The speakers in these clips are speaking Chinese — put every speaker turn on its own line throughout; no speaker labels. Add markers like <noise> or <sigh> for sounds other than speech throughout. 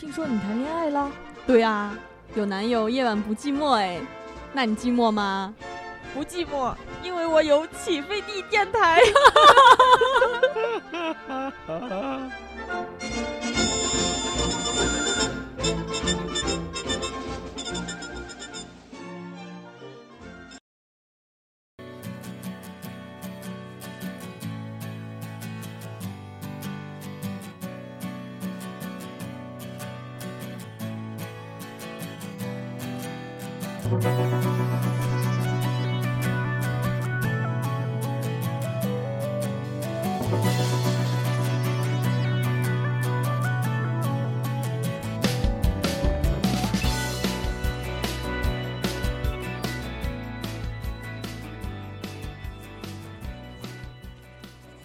你谈恋爱了？对啊，有男友，夜晚不寂寞哎。那你寂寞吗？
不寂寞，因为我有起飞地电台。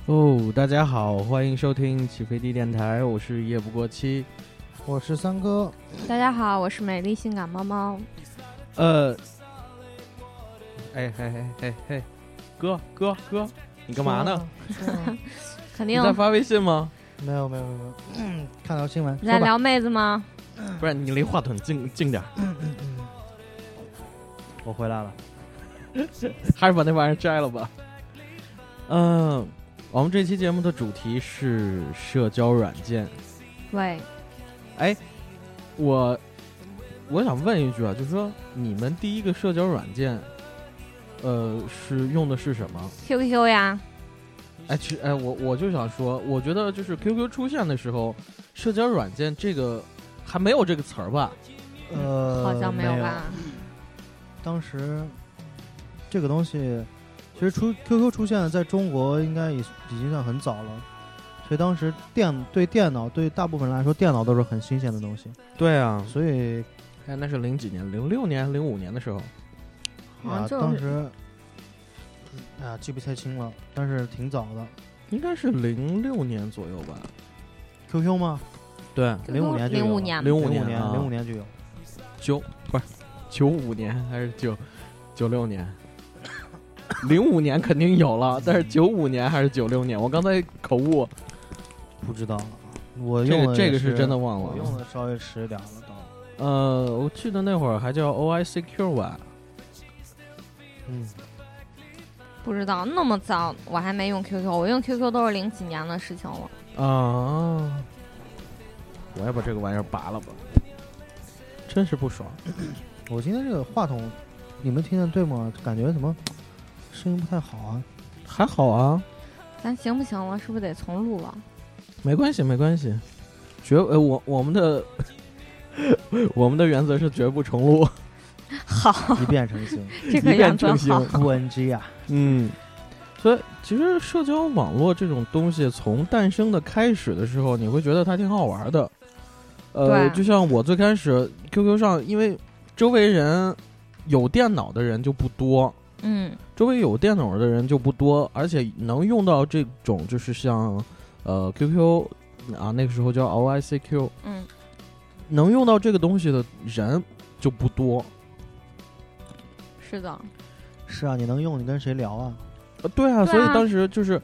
哦，大家好，欢迎收听起飞地电台，我是夜不过期。
我是三哥，
大家好，我是美丽性感猫猫。
呃，哎嘿嘿嘿嘿，哥哥哥，你干嘛
嗯
呢？
说啊？说啊
<laughs> 肯
你
定
在发微信吗？
没有没有没有没有，嗯，看到新闻，
你在
说吧
聊妹子吗？
不然你离话筒近近点儿。
我回来了。
<laughs> 还是把那玩意儿摘了吧。嗯、我们这期节目的主题是社交软件。哎
对，
我我想问一句啊，就是说你们第一个社交软件，呃，是用的是什么？
QQ 呀，
哎，其实哎，我我就想说，我觉得就是 QQ 出现的时候，社交软件这个还没有这个词儿吧？
呃，
好像没
有
有吧？
当时这个东西，其实出 QQ 出现在中国应该已已经算很早了，所以当时电对电脑对大部分人来说，电脑都是很新鲜的东西，
对啊，
所以
哎，那是零几年，零六年、零五年的时候，
好像
啊，
就
当
是
时啊记不太清了，但是挺早的。
应该是零六年左右吧？
QQ 吗？
对，
05年就有
零
了
五年吧，
零
05
五
年，
啊
零五年就有。
九不是九五年还是九九六 <laughs> 年？零五年肯定有了，但是九五年还是九六年？我刚才口误，
不知道了，我
这
用
个
的
这
也
个
是
是真的忘
我用
了。
的稍微迟点了，都。
呃，我记得那会儿还叫 OICQ 吧？
嗯，
不知道那么早，我还没用 QQ，我用 QQ 都是零几年的事情了。
啊，我要把这个玩意儿拔了吧，真是不爽。
我今天这个话筒，你们听得对吗？感觉怎么声音不太好啊？
还好啊，
咱行不行了？是不是得重录了？
没关系，没关系。绝呃，我我们的 <laughs> 我们的原则是绝不重录，
好，
一变成型，
这个
一遍
原则
成型
<laughs>
好。。
不 NG 啊！
嗯，所以其实社交网络这种东西从诞生的开始的时候，你会觉得它挺好玩的。呃，
对
就像我最开始 QQ 上，因为周围人有电脑的人就不多，
嗯，
周围有电脑的人就不多，而且能用到这种就是像呃 QQ 啊，那个时候叫 OICQ，
嗯，
能用到这个东西的人就不多。
是的，
是啊，你能用你跟谁聊啊？
呃，对啊，
对
所以
啊
当时就是，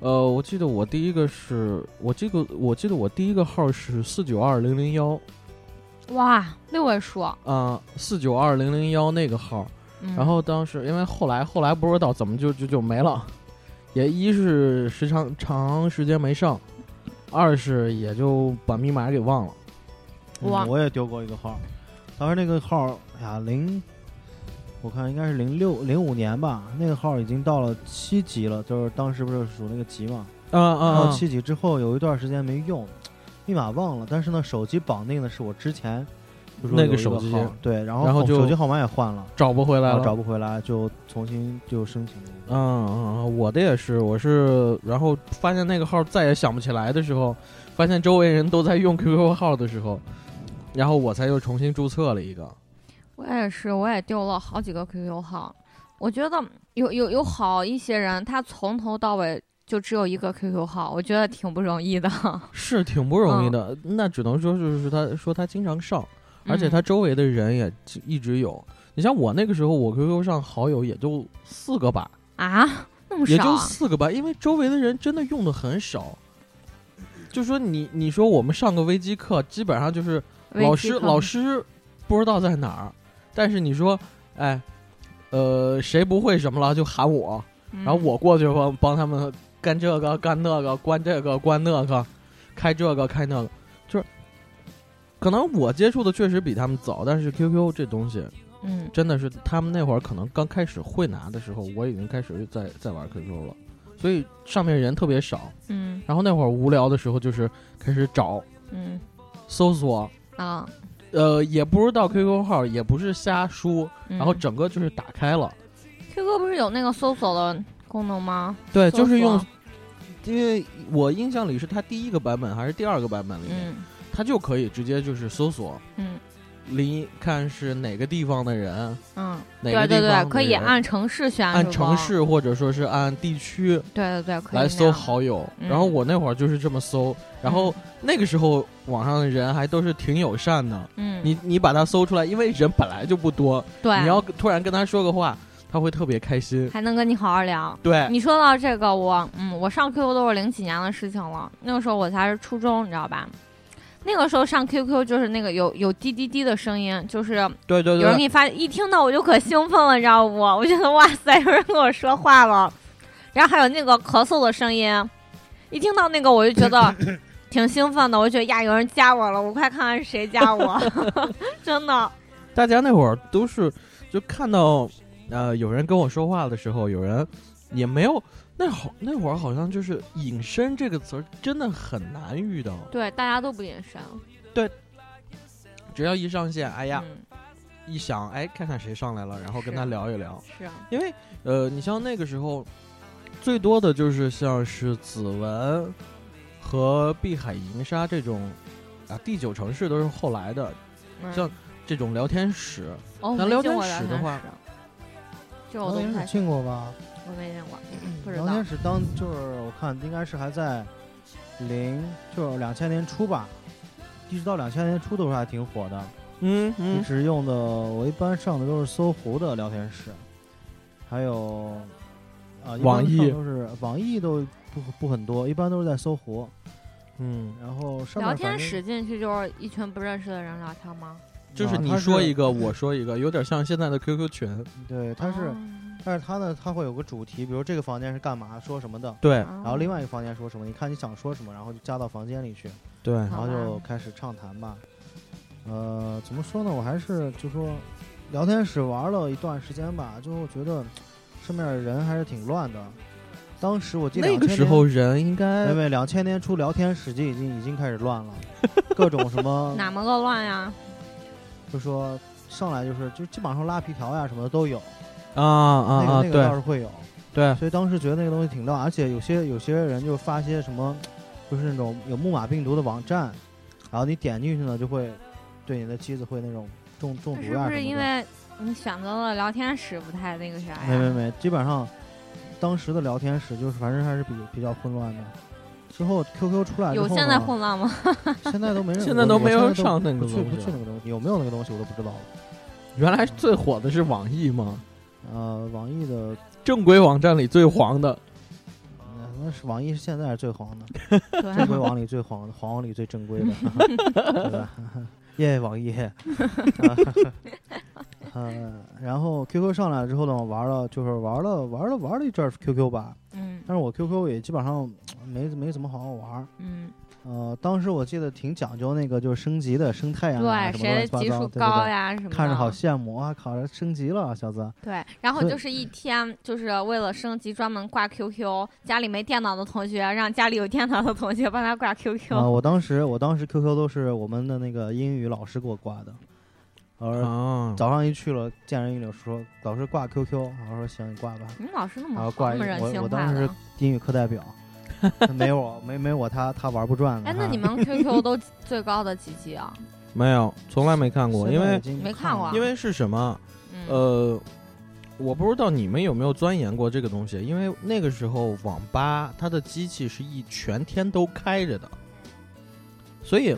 呃，我记得我第一个是我这个，我记得我第一个号是四九二零零幺
哇，六位数，
啊，四九二零零幺那个号。
嗯、
然后当时因为后来后来不知道怎么就就就没了，也一是时长长时间没上，二是也就把密码给忘了。
嗯
哇
我也丢过一个号，当时那个号，哎呀，零，我看应该是零六零五年吧，那个号已经到了七级了，就是当时不是数那个级嘛，
啊
然后
啊
七级之后有一段时间没用，密码忘了，但是呢，手机绑定的是我之前就说
那
有
个
一
手机
号对，然后
然后
号
就
手机号码也换了，
找不回来
然
了
后。找不回来，就重新就申请了一个。
嗯嗯，嗯我的也是，我是，然后发现那个号再也想不起来的时候，发现周围人都在用 QQ <laughs> 号的时候，然后我才又重新注册了一 <laughs> 个。
我也是，我也丢了好几个 QQ 号。我觉得有有有好一些人，他从头到尾就只有一个 QQ 号，我觉得挺不容易的。
是挺不容易的，那只能说就是他说他经常上，而且
嗯
他周围的人也一直有。你像我那个时候，我 QQ 上好友也就四个吧，
啊，那么
也
少
就
啊，
四个吧，因为周围的人真的用的很少。就说你你说我们上个微机课，基本上就是
危
老
机
师
可
老
能
师不知道在哪儿，但是你说，哎，呃，谁不会什么了就喊我，然后
嗯
我过去帮帮他们干这个干那个，关这个关那个，开这个开那个，就是可能我接触的确实比他们早，但是 QQ 这东西
嗯
真的是他们那会儿可能刚开始会拿的时候，我已经开始在在玩 QQ 了，所以上面人特别少。
嗯
然后那会儿无聊的时候，就是开始找
嗯
搜索，
啊，
呃，也不知道 QQ 号，也不是瞎输，
然
然后整个就是打开了。
QQ 嗯不是有那个搜索的功能吗？
对，
搜
就是用
索，
因为我印象里是它第一个版本还是第二个版本里面，
嗯
它就可以直接就是搜索
嗯
离看是哪个地方的人，
嗯，
哪
对
个
对
地方的
对，
人
可以按城市选，
按
是吧
城，市或者说是按地区
对对对，可以
来
那
搜
样，
好友。
嗯
然后我那会儿就是这么搜，然后那个时候网上的人还都是挺友善的，
嗯，
你你把它搜出来，因为人本来就不多，
对，
你要突然跟他说个话，他会特别开心。
还能跟你好好聊。
对，
你说到这个，我嗯，我上 QQ 都是零几年的事情了，那个时候我才是初中，你知道吧？那个时候上 QQ 就是那个有有滴滴滴的声音，就是
对对
有人给你发，一听到我就可兴奋了，你知道不？我觉得哇塞，有人跟我说话了，然后还有那个咳嗽的声音，一听到那个我就
<laughs>
觉得挺兴奋的，我就觉得呀，有人加我了，我快看看是谁加我， <laughs> 真的，
大家那会儿都是就看到呃有人跟我说话的时候，有人也没有那好那会儿好像就是“隐身”这个词儿真的很难遇到，
对，大家都不隐身，
只要一上线，哎呀、
嗯，
一想，哎看看谁上来了，然后跟 <laughs>
是
他聊一聊，
是，啊
因为呃你像那个时候最多的就是像是子文和碧海银沙这种啊第九城市都是后来的
嗯
像这种聊天室，
哦，
咱
没
聊
进
天
过聊
室的
天
话
室，啊这我
聊
都
天
不
室
太，
进过吧？
我没进
<clears throat>
过，不知
聊
道
天，室当就是我看应该是还在零就是两千年初吧，一直到两千年初的时候还挺火的。
嗯
一直用的我一般上的都是搜狐的聊天室，还有啊，一般
网易
上都是网易都不不很多，一般都是在搜狐。
嗯。
然后上面
聊
反
天
正
室进去就是一群不认识的人聊天吗？
就是
啊
你
它
说一个，我说一个，有点像现在的 QQ 群。
对，它是
哦，
但是它呢，它会有个主题，比如这个房间是干嘛说什么的，
<laughs> 对
然
然后另外一个房间说什么，你看你想说什么，然后就加到房间里去。
对，
然后
好吧
就开始畅谈吧。呃，怎么说呢？我还是就说，聊天室玩了一段时间吧，就我觉得身边的人还是挺乱的。当时哎我记得
那个
2000
时候人应
年，
该
因为两千年初聊天室就已经已经开始乱
<laughs>
了，各种什么，
哦哪么个乱呀？
就说上来就是就基本上拉皮条呀什么的都有，
啊啊
那
啊，
个那个倒
对
是会有。
对，
所以当时觉得那个东西挺乱，而且有些有些人就发一些什么，就是那种有木马病毒的网站，然后你点进去呢，就会对你的妻子会那种中中毒啊什
那是
么
不
的。
是因为你选择了聊天室不太那个啥
哎
没
呀？
没没，基本上当时的聊天室就是反正还是比比较混乱的。之后 QQ 出来之后
有
呢
现在
<laughs>
混乱吗？
现在都没人，
现在都没有
我现在
上那个
不去
东
不
西
去那个东西，有没有那个东西我都不知道了。
原来最火的是网易嘛，
呃，网易的
正规网站里最黄的。
呃那是网易是现在是最黄的，
<laughs>
正 <laughs> 规
对，
网里最黄的，黄里最正规的，对吧？耶，网易。呃，然后 QQ 上来之后呢，我玩了就是玩了玩了玩了一阵儿 QQ 吧，
嗯
但是我 QQ 也基本上呃没没怎么好好玩儿。
嗯，
呃，当时我记得挺讲究那个就是升级的，升太阳啊什
对，
么乱七
谁的
八
级
糟
数
对对
高
对
呀什么的？
看着好羡慕啊！考了升级了，小子。 <laughs>
对，然后
所以
就是一天，就是为了升级专门挂 QQ，家里没电脑的同学让家里有电脑的同学帮他挂 QQ。
啊、我当时我当时 QQ 都是我们的那个英语老师给我挂的，而
啊，
早上一去了，见人英语老师说老师挂 QQ，然后说行，你挂吧。
你们老师那
然后
么好
挂
嗯那
一
么人
我
性
我
化
当时
的
是？英语课代
<laughs>
表，没我没没我他他玩不转
<laughs>
了。
哎，那
哈
你们 QQ 都最高的几级啊？
没有，从来没看过，
现
因
在
为
已经
没
不看
看过啊
因为是什么？
嗯，
呃，我不知道你们有没有钻研过这个东西，因为那个时候网吧它的机器是一全天都开着的，所以，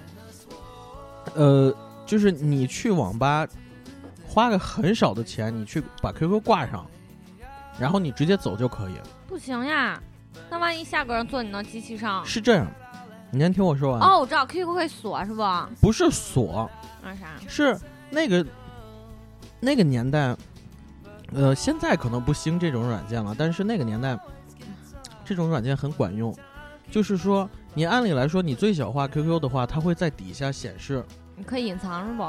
呃，就是你去网吧花个很少的钱，你去把 QQ 挂上，然后你直接走就可以，
不行呀，那万一下个人坐你那机器上，
是这样。你先听我说完。
哦，我知道 QQ 可以锁是不？那
不是锁，
啥？
是那个那个年代，呃，现在可能不兴这种软件了，但是那个年代这种软件很管用。就是说，你按理来说，你最小化 QQ 的话，它会在底下显示，
你可以隐藏是不？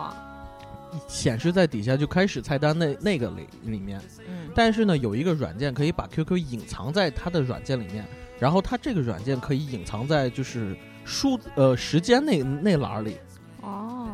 显示在底下就开始菜单那那个里里面。
嗯，
但是呢，有一个软件可以把 QQ 隐藏在它的软件里面，然后它这个软件可以隐藏在就是数呃时间那那栏儿里，
哦，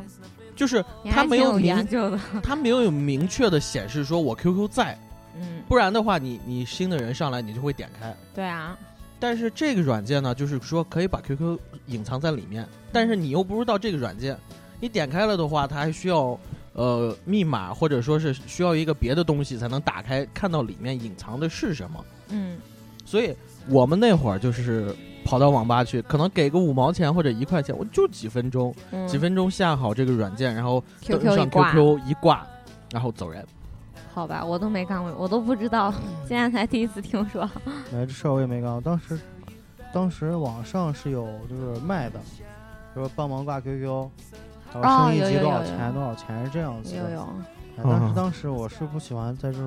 就是
你
它
还
没
挺
有
有研
明
究的。
它没有明确的显示说我 QQ 在，
嗯，
不然的话你你新的人上来你就会点开。
对啊，
但是这个软件呢，就是说可以把 QQ 隐藏在里面，但是你又不知道这个软件，你点开了的话，它还需要呃密码或者说是需要一个别的东西才能打开，看到里面隐藏的是什么。
嗯，
所以我们那会儿就是跑到网吧去，可能给个五毛钱或者一块钱，我就几分钟，
嗯
几分钟下好这个软件，然后登
QQ 一
上
挂
QQ 一挂，然后走人。
好吧，我都没干过，我都不知道，现在才第一次听
<laughs>
说。
哎，这事儿我也没干过。当时，当时网上是有就是卖的，就是帮忙挂 QQ，然后
哦
生意
有
级
有
多少
有有
钱多少钱是这样子
有
的。
有，
哎但
嗯
是当时我是不喜欢在这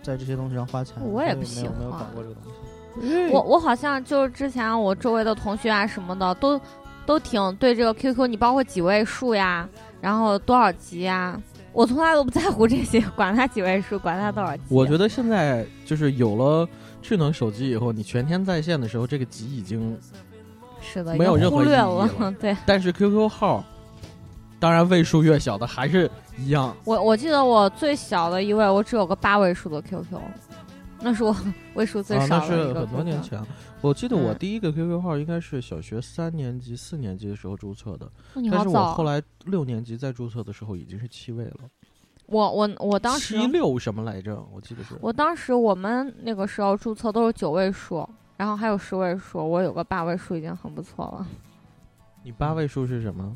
在这些东西上花钱，
我也不
所以没有
喜
没有
欢
搞过这个东西。
嗯
我我好像就是之前我周围的同学啊什么的，都都挺对这个 QQ，你包括几位数呀，然后多少级呀，我从来都不在乎这些，管它几位数，管它多少级。
我觉得现在就是有了智能手机以后，你全天在线的时候，这个级已经，
是的，
没有
已经
任何
忽略
意义了
了。对
但是 QQ 号，当然位数越小的还是一样。
我，我记得我最小的一位，我只有个八位数的 QQ，那是我 <laughs> 位数最
啊，那
少的
是
一个 QQ、
很多年前，我记得我
嗯
第一个 QQ 号应该是小学三年级、四年级的时候注册的，
哦你
但
好
是
早
我
啊。
后来六年级再注册的时候已经是七位了。
我我我当时
七六什么来着？我记得是
我当时我们那个时候注册都是九位数，然后还有十位数，我有个八位数已经很不错了。
你八位数是什么？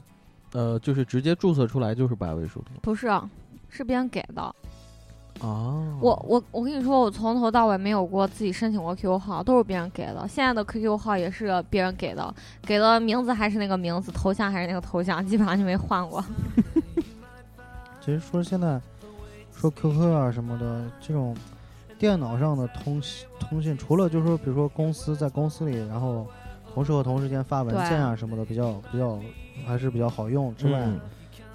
呃，就是直接注册出来就是八位数的
不是，是别人给的。
哦。
嗯
我我我跟你说，我从头到尾没有过自己申请过 QQ 号，都是别人给的。现在的 QQ 号也是别人给的，给的名字还是那个名字，头像还是那个头像，基本上就没换过。
其实说现在说 QQ 啊什么的这种电脑上的通信通信，除了就是说比如说公司在公司里，然后同事和同事间发文
对
件啊什么的比较比较还是比较好用之外，
嗯，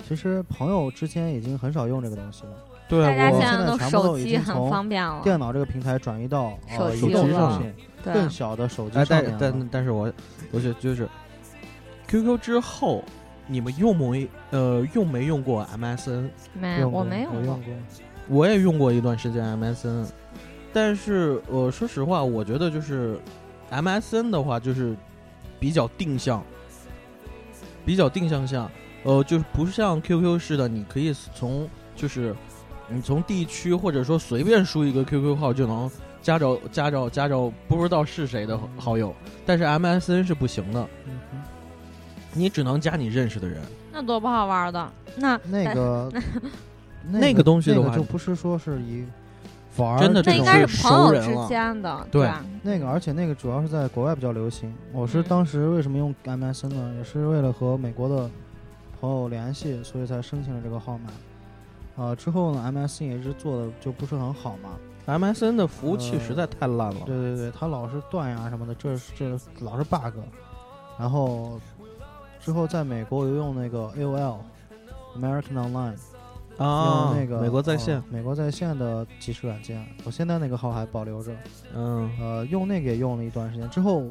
其实朋友之间已经很少用这个东西了。
对
大家
我
现
现
在
在
都
全部
手
都已
机
经
很
从
方便了，
电脑这个平台转移到
哦手
呃
机
移动
了
上去，
对
更小的手机
哎，
上
但
面了
但但是我我觉得就是 QQ 之后，你们用没呃用没用过 MSN？
没
用
嗯我
过
没
我
用过
用。过。
我也用过一段时间 MSN，但是呃说实话，我觉得就是 MSN 的话就是比较定向，比较定向下，呃，就是不像 QQ 似的，你可以从就是你从地区或者说随便输一个 QQ 号就能加着加着加着不知道是谁的好友，但是 MSN 是不行的，
嗯哼
你只能加你认识的人。
嗯
那多不好玩的。那
那
<laughs>
个
那个东西的
那
话
个就不是说是以玩儿
真的这
这
那应
种
种
该
是
是
熟
朋友
人
之
了
间的，
对
吧？
那个，而且那个主要是在国外比较流行。我是
嗯
当时为什么用 MSN 呢？也是为了和美国的朋友联系，所以才申请了这个号码。啊、之后呢，MSN 也是做的就不是很好嘛。
MSN 的服务器
呃
实在太烂了，
对对对，它老是断呀什么的，这是这是老是 bug。然后之后在美国我又用那个 AOL American Online，
啊，
用那个
美国在
呃
线，
美国在线的即时软件，我现在那个号还保留着。
嗯。
呃，用那个也用了一段时间之后，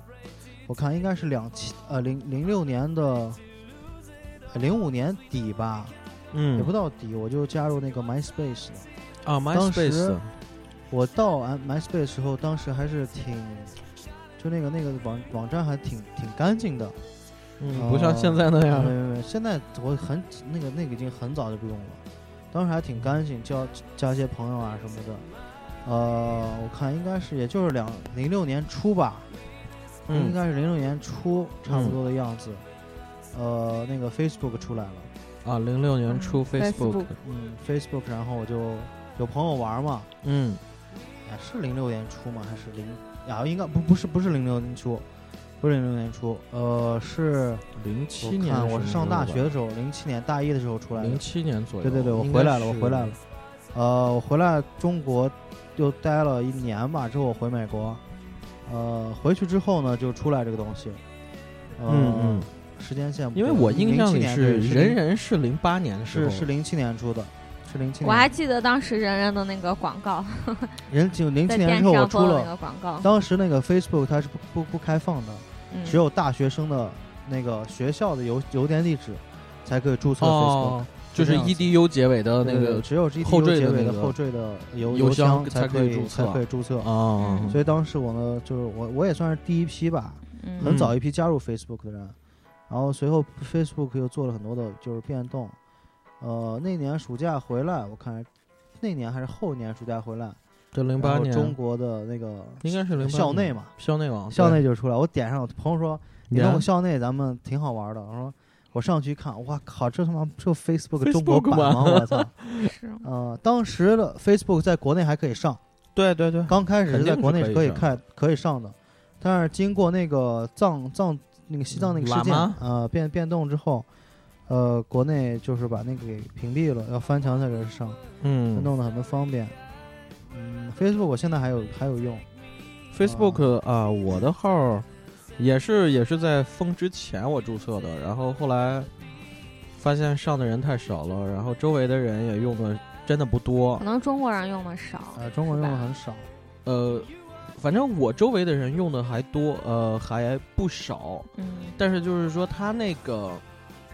我看应该是两七呃零零六年的呃零五年底吧，
嗯，
也不到底，我就加入那个 MySpace 了。
啊
当时
，MySpace，
我到 M- MySpace 时候，当时还是挺，就那个那个网网站还挺挺干净的，
嗯，不像现在那
没
样。
没没，现在我很那个那个已经很早就不用了，当时还挺干净，交交一些朋友啊什么的。呃，我看应该是也就是两零六年初吧，应
嗯
该是零六年初差不多的样子。呃，那个 Facebook 出来了，
啊，零六年初
嗯
Facebook，
Facebook
嗯，Facebook，然后我就有朋友玩嘛，
嗯
哎，是零六年初吗？还是零？啊，应该不不是不是零六年初，不是零六年出，呃，是
零
我
七年
看
的时候
我是上大学的时候，零七年大一的时候出来的
零。七年左右。
对对对，我
应
回
该
来了，我
是
回来了。。呃，我回来中国又待了一年吧，之后我回美国。呃，回去之后呢，就出来这个东西。呃、
嗯嗯，，
时间线不
因为
对
我印象
07
里
年
是
对是
人
零
人是零八年的时候，
是是零七年出的，是零七年。
我还记得当时人人的那个广告，
人就零
在
七
电
年
视
之后我
上
出
播的那
了，
个广告，
当时那个 Facebook 它是不不不开放的，
嗯
只有大学生的那个学校的邮邮电地址才可以注册 Facebook，、
哦，就是
是这样子
edu 结尾的那
对对
个
对只有 G
后缀的
结尾
那
的
个
后缀的邮
邮箱
箱
才可
可
以
以
注册
才可以注册。
啊，
嗯所以当时我呢，就是我我也算是第一批吧，
嗯
很早一批加入 Facebook 的人，然后随后 Facebook 又做了很多的就是变动，呃，那年暑假回来，我看那年还是后年暑假回来，
这零
然
八
后
年
中国的那个
应该是零
校内嘛，
校内网，
校
对
内就出来，我点上，我朋友说你弄个校内咱们挺好玩的，我说我上去一看，哇靠，这他妈这 Facebook 中国
Facebook
版吗？
<laughs>
我操！
是
呃，当时的 Facebook 在国内还可以上，
对对对，
刚开始
肯定
在国内
是
是
可
可
以
以看可以上的，但是经过那个藏藏那个西藏那个
嗯喇
事件
嘛
呃变变动之后，呃，国内就是把那个给屏蔽了，要翻墙才给上，
嗯
弄得很不方便。嗯，Facebook 我现在还有还有用，
，Facebook 啊，我的号儿也是也是在封之前我注册的，然后后来发现上的人太少了，然后周围的人也用的真的不多
可，能中国人用的少，
呃，中国
是
用
吧
的很少。
呃，反正我周围的人用的还多，呃，还不少，
嗯，
但是就是说他那个。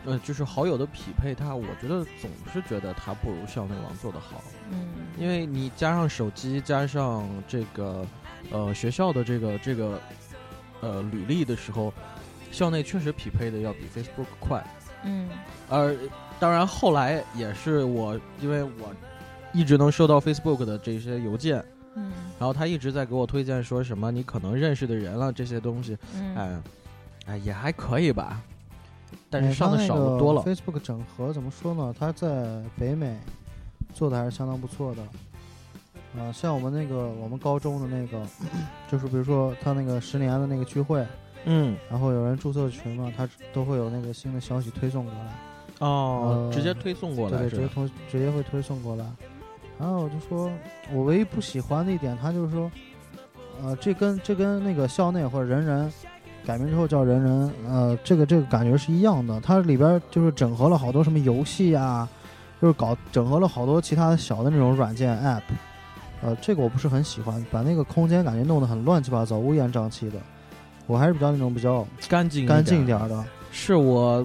呃，就是好友的匹配它，我觉得总是觉得它不如校内网做的好。
嗯，
因为你加上手机，加上这个呃学校的这个这个呃履历的时候，校内确实匹配的要比 Facebook 快。
嗯，
而当然后来也是我，因为我一直能收到 Facebook 的这些邮件，
嗯，
然后他一直在给我推荐说什么你可能认识的人了啊这些东西，
嗯，
哎哎也还可以吧，但是
哎
上
它
的
那
少
个
的多了。
Facebook 整合怎么说呢？它在北美做的还是相当不错的。啊、像我们那个我们高中的那个，就是比如说他那个十年的那个聚会，
嗯
然后有人注册群嘛，他都会有那个新的消息推送过来，
哦，
呃
直接推送过来
对对，
是
直接
吧？
通直接会推送过来。然后我就说，我唯一不喜欢的一点，他就是说，呃，这跟这跟那个校内或者人人改名之后叫人人，呃，这个这个感觉是一样的。它里边就是整合了好多什么游戏啊，就是搞整合了好多其他的小的那种软件 app，呃，这个我不是很喜欢，把那个空间感觉弄得很乱七八糟、乌烟瘴气的。我还是比较那种比较
干净
干净
一
一点儿的，
是我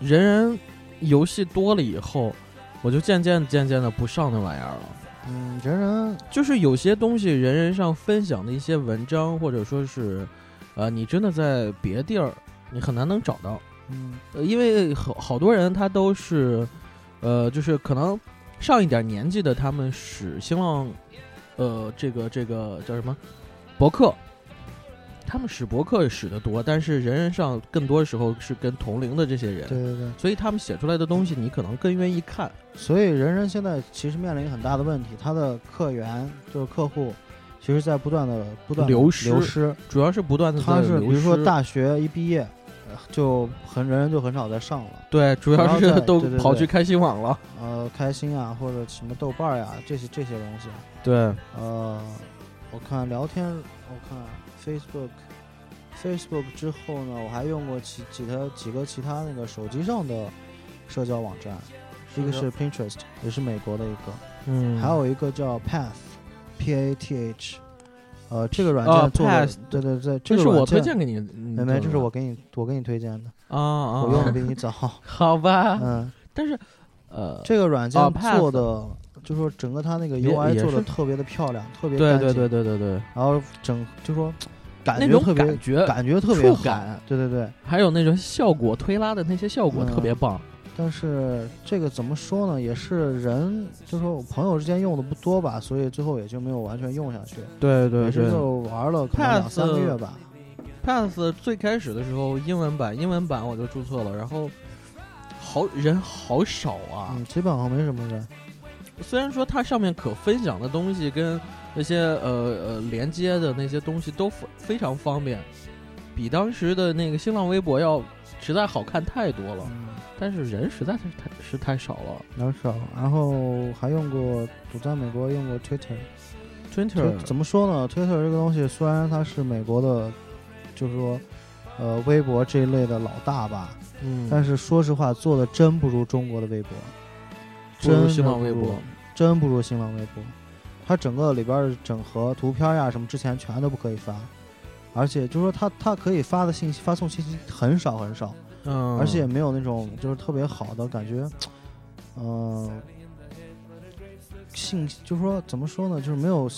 人人游戏多了以后，我就渐渐渐渐的不上那玩意儿了。
嗯，人人
就是有些东西，人人上分享的一些文章，或者说是，呃，你真的在别地儿，你很难能找到。
嗯
呃，因为好好多人他都是，呃，就是可能上一点年纪的，他们使新浪，呃，这个这个叫什么，博客，他们使博客使得多，但是人人上更多时候是跟同龄的这些人，
对对对。
所以他们写出来的东西，你可能更愿意看。
所以人人现在其实面临很大的问题，它的客源就是客户，其实在不断的不断地
流失
流失。
主要是不断的
它是比如说大学一毕业，呃就很人人就很少再上了，
对，主要
然
是
后再
都
对对
跑
对
去开心网了。
呃，开心啊或者什么豆瓣儿呀、这些这些东西，
对，
呃，我看聊天，我看 Facebook。Facebook 之后呢，我还用过其其他几个其他那个手机上的社交网站，一个是 Pinterest，也是美国的一个，
嗯，
还有一个叫 Path，P A T H，呃，这个软
哦
件做的
，Path，
对对对，这
这
个
是我
软件
推荐给你，
没
妹
没，这是我给你我给你推荐的，
啊啊，
我用的比
<laughs>
你早。
好吧，
嗯，
但是呃，
这个软
啊哦
件
，Path
做的，就说整个它那个
也
UI
也
做的
是
特别的漂亮，特别
对
干
对
净，
对对对对，
然后整就说感
那
觉
种
特别
感觉，
感觉特别
触
好
感，
对对对。
还有那种效果推拉的那些效果
嗯
特别棒。
但是这个怎么说呢，也是人，就说我朋友之间用的不多吧，所以最后也就没有完全用下去，
对
也是就玩了可能两三个月吧。
Pass 最开始的时候英文版，英文版我就注册了，然后好人好少啊，
嗯，基本上没什么人。
虽然说它上面可分享的东西跟那些呃呃连接的那些东西都非非常方便，比当时的那个新浪微博要实在好看太多了，
嗯，
但是人实在是太是太少了。
有少。然后还用过，我在美国用过 Twitter。
Twitter
怎么说呢？Twitter 这个东西虽然它是美国的，就是说，呃，微博这一类的老大吧，
嗯，
但是说实话，做的真不如中国的微博，
不如
真
新
的
浪
不
微
如
博，
真不如新浪微博。它整个里边儿整合图片呀、什么之前全都不可以发，而且就是说它它可以发的信息发送信息很少很少，
嗯，
而且也没有那种就是特别好的感觉，嗯、信就是说怎么说呢，就是没有，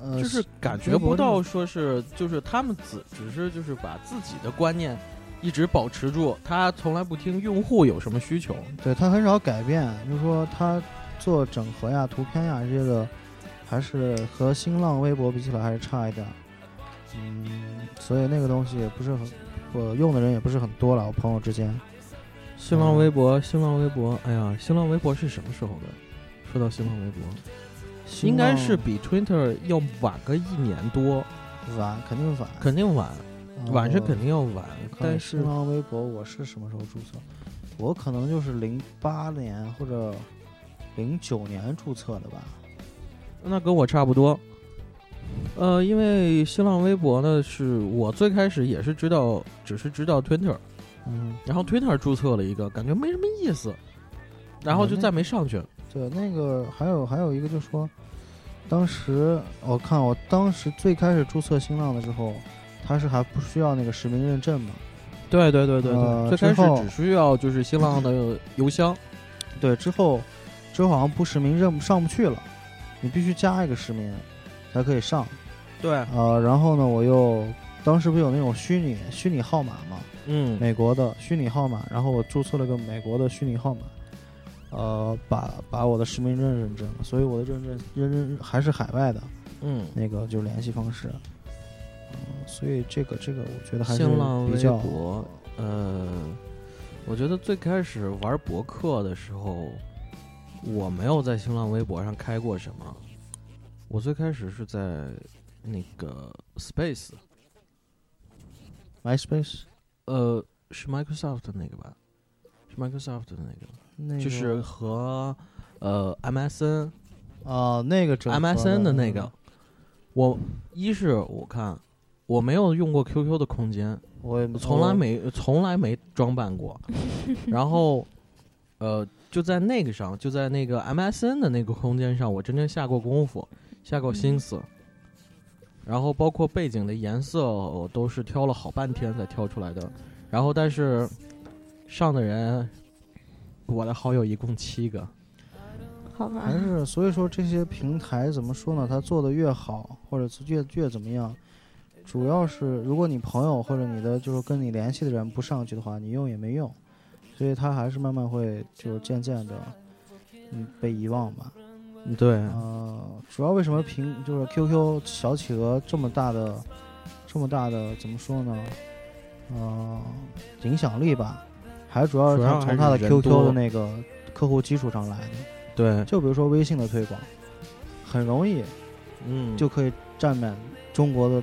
呃，
就是感觉
微博
不
这种
到说是就是他们只只是就是把自己的观念一直保持住，他从来不听用户有什么需求。
对他很少改变，就是说他做整合呀、图片呀这些的，还是和新浪微博比起来还是差一点儿。嗯，所以那个东西也不是很，我用的人也不是很多了。我朋友之间，
新浪微博，新浪微博，哎呀，新浪微博是什么时候的？说到新浪微博，
新
应该
浪
是比 Twitter 要晚个一年多，
晚，肯定晚，
肯定晚，
然后
晚是肯定要晚，
哦看
但是
新浪微博我是什么时候注册？我可能就是零八年或者零九年注册的吧。
那跟我差不多。呃，因为新浪微博呢，是我最开始也是知道，只是知道 Twitter，
嗯，
然后 Twitter 注册了一个，感觉没什么意思，然后就再没上去。
对，那个还有还有一个就是说，当时我看我当时最开始注册新浪的时候，它是还不需要那个实名认证嘛？
对对对
对对呃
最开
之后
始只需要就是新浪的邮箱，
对，之后之后好像不实名认不上不去了，你必须加一个实名才可以上。
对，
呃，然后呢，我又当时不是有那种虚拟虚拟号码嘛，
嗯，
美国的虚拟号码，然后我注册了个美国的虚拟号码。呃，把把我的实名认认证了，所以我的认证认证还是海外的，
嗯，
那个就是联系方式。嗯，所以这个这个我觉得还是
新浪
比
微
较
博，呃，我觉得最开始玩博客的时候，我没有在新浪微博上开过什么，我最开始是在那个 Space，
MySpace
呃，是 Microsoft 的那个吧？是 Microsoft 的那个，
那个
就是和呃 MSN
啊、那个整合
MSN 的那个，，我一是我看我没有用过 QQ 的空间，
我也没
从来没从来没装扮过，然后呃就在那个上，就在那个 MSN 的那个空间上，我真正下过功夫，下过心思。然后包括背景的颜色，我都是挑了好半天才挑出来的。然后但是上的人，我的好友一共七个。
好
啊
吧
还是所以说这些平台怎么说呢？它做的越好，或者是越越怎么样，主要是如果你朋友或者你的就是跟你联系的人不上去的话，你用也没用，所以它还是慢慢会就是渐渐的嗯被遗忘吧。
对，
呃，主要为什么苹就是 QQ 小企鹅这么大的，这么大的怎么说呢？呃，影响力吧，还主要
主
是
要还
它从
是
它的
人
QQ
多
的那个客户基础上来的。
对，
就比如说微信的推广，很容易
嗯，
就可以占满中国的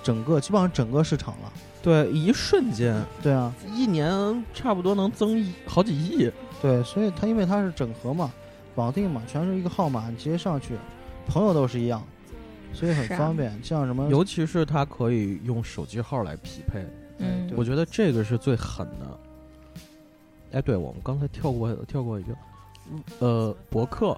整个基本上整个市场了。
对，一瞬间，
对啊，
一年差不多能增一好几亿。
对，所以它因为它是整合嘛，绑定嘛，全是一个号码，你直接上去，朋友都是一样，所以很
是啊
方便。像什么
尤其是它可以用手机号来匹配，
嗯
对
我觉得这个是最狠的。哎，对，我们刚才跳过跳过一个，
嗯
呃，博客，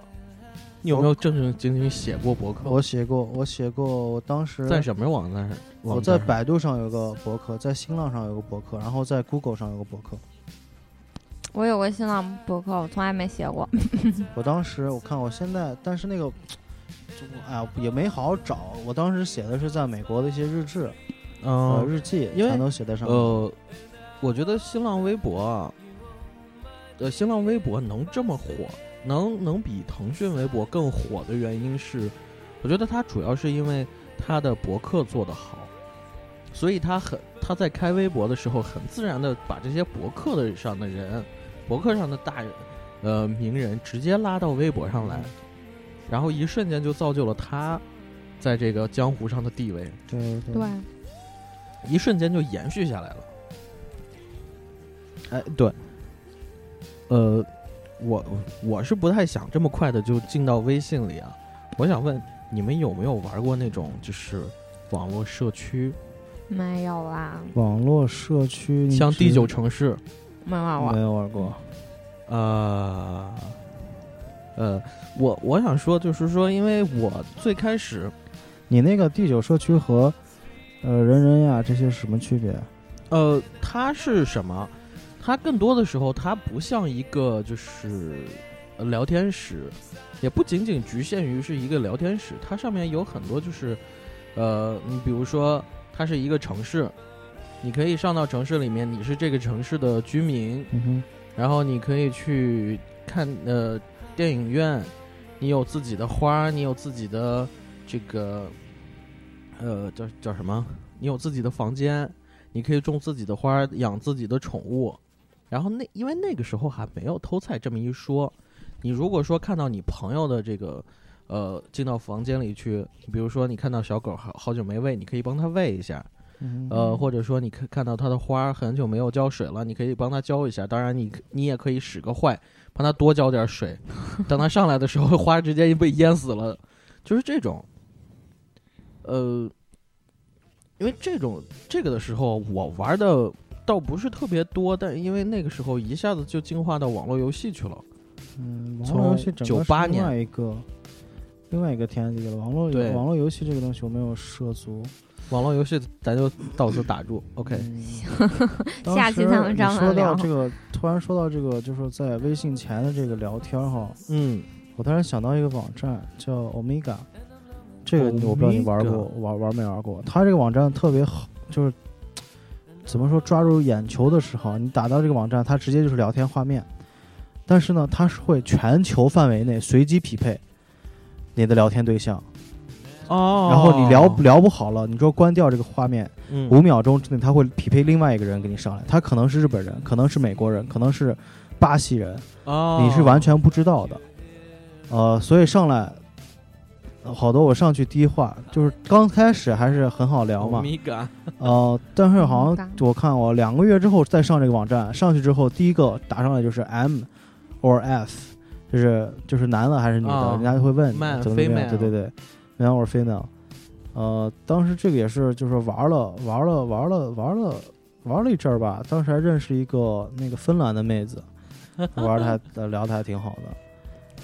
你有没有正正经经写过博客？
我写过，我写过，我当时
在什么网站上？
我
网
在
站上
百度上有个博客，在新浪上有个博客，然后在 Google 上有个博客。
我有个新浪博客，我从来没写过。
嗯我当时我看我现在，但是那个，就哎呀也没好好找。我当时写的是在美国的一些日志、呃
嗯
日记，
因为
全都写在上面。
呃，我觉得新浪微博啊，呃，新浪微博能这么火，能能比腾讯微博更火的原因是，我觉得它主要是因为它的博客做得好，所以它很它在开微博的时候，很自然的把这些博客的上的人，博客上的大人，呃，名人直接拉到微博上来，然后一瞬间就造就了他在这个江湖上的地位。
对对
对，
一瞬间就延续下来了。
哎，
对，呃，我我是不太想这么快的就进到微信里啊。我想问你们有没有玩过那种就是网络社区，
没有啊啦，
网络社区你
像
指
第九城市，
没玩过
没。有玩过，
呃，呃，我我想说就是说，因为我最开始
你那个第九社区和呃人人呀这些是什么区别？
呃，它是什么？它更多的时候，它不像一个就是呃聊天室，也不仅仅局限于是一个聊天室，它上面有很多就是，呃，你比如说它是一个城市，你可以上到城市里面，你是这个城市的居民，
嗯哼，
然后你可以去看呃电影院，你有自己的花儿，你有自己的这个呃叫叫什么？你有自己的房间，你可以种自己的花儿，养自己的宠物。然后那因为那个时候还没有偷菜这么一说，你如果说看到你朋友的这个呃进到房间里去，比如说你看到小狗好好久没喂，你可以帮它喂一下，
嗯哼
呃，或者说你看看到它的花儿很久没有浇水了，你可以帮它浇一下。当然你，你也可以使个坏，帮它多浇点
<laughs>
水。等它上来的时候，花儿直接被淹死了，就是这种。呃，因为这种这个的时候，我玩的倒不是特别多，但因为那个时候一下子就进化到网络游戏去了。
嗯，网
从
络游戏整个是
98
另
年
外一个另外一个天地了。网络
对
网络游戏这个东西我没有涉足。
网络游戏咱就到此打住，OK。
嗯当
<laughs> 下期
时
咱们
你
专门
说
聊
到这个，突然说到这个，就是在微信前的这个聊天哈，
嗯，
我突然想到一个网站叫 Omega，这个我不知道你玩过
Omega
玩玩没玩过？它这个网站特别好，就是怎么说抓住眼球的时候，你打到这个网站，它直接就是聊天画面。但是呢，它是会全球范围内随机匹配你的聊天对象，
哦
然后你聊不，聊不好了，你说关掉这个画面，
嗯
五秒钟之内，他会匹配另外一个人给你上来，他可能是日本人，可能是美国人，可能是巴西人，
哦，
你是完全不知道的。呃，所以上来呃好多，我上去第一话就是刚开始还是很好聊嘛，
米感，
呃，但是好
嗯
像我看我两个月之后再上这个网站，上去之后第一个打上来就是 M or F，就是就是男的还是女的，
啊
人家就会问你
man，
怎么怎么样，
female
对对对，male or female。呃，当时这个也是就是玩了玩了玩了玩了玩了一阵儿吧，当时还认识一个那个芬兰的妹
<laughs>
子，玩的还呃聊的还挺好的。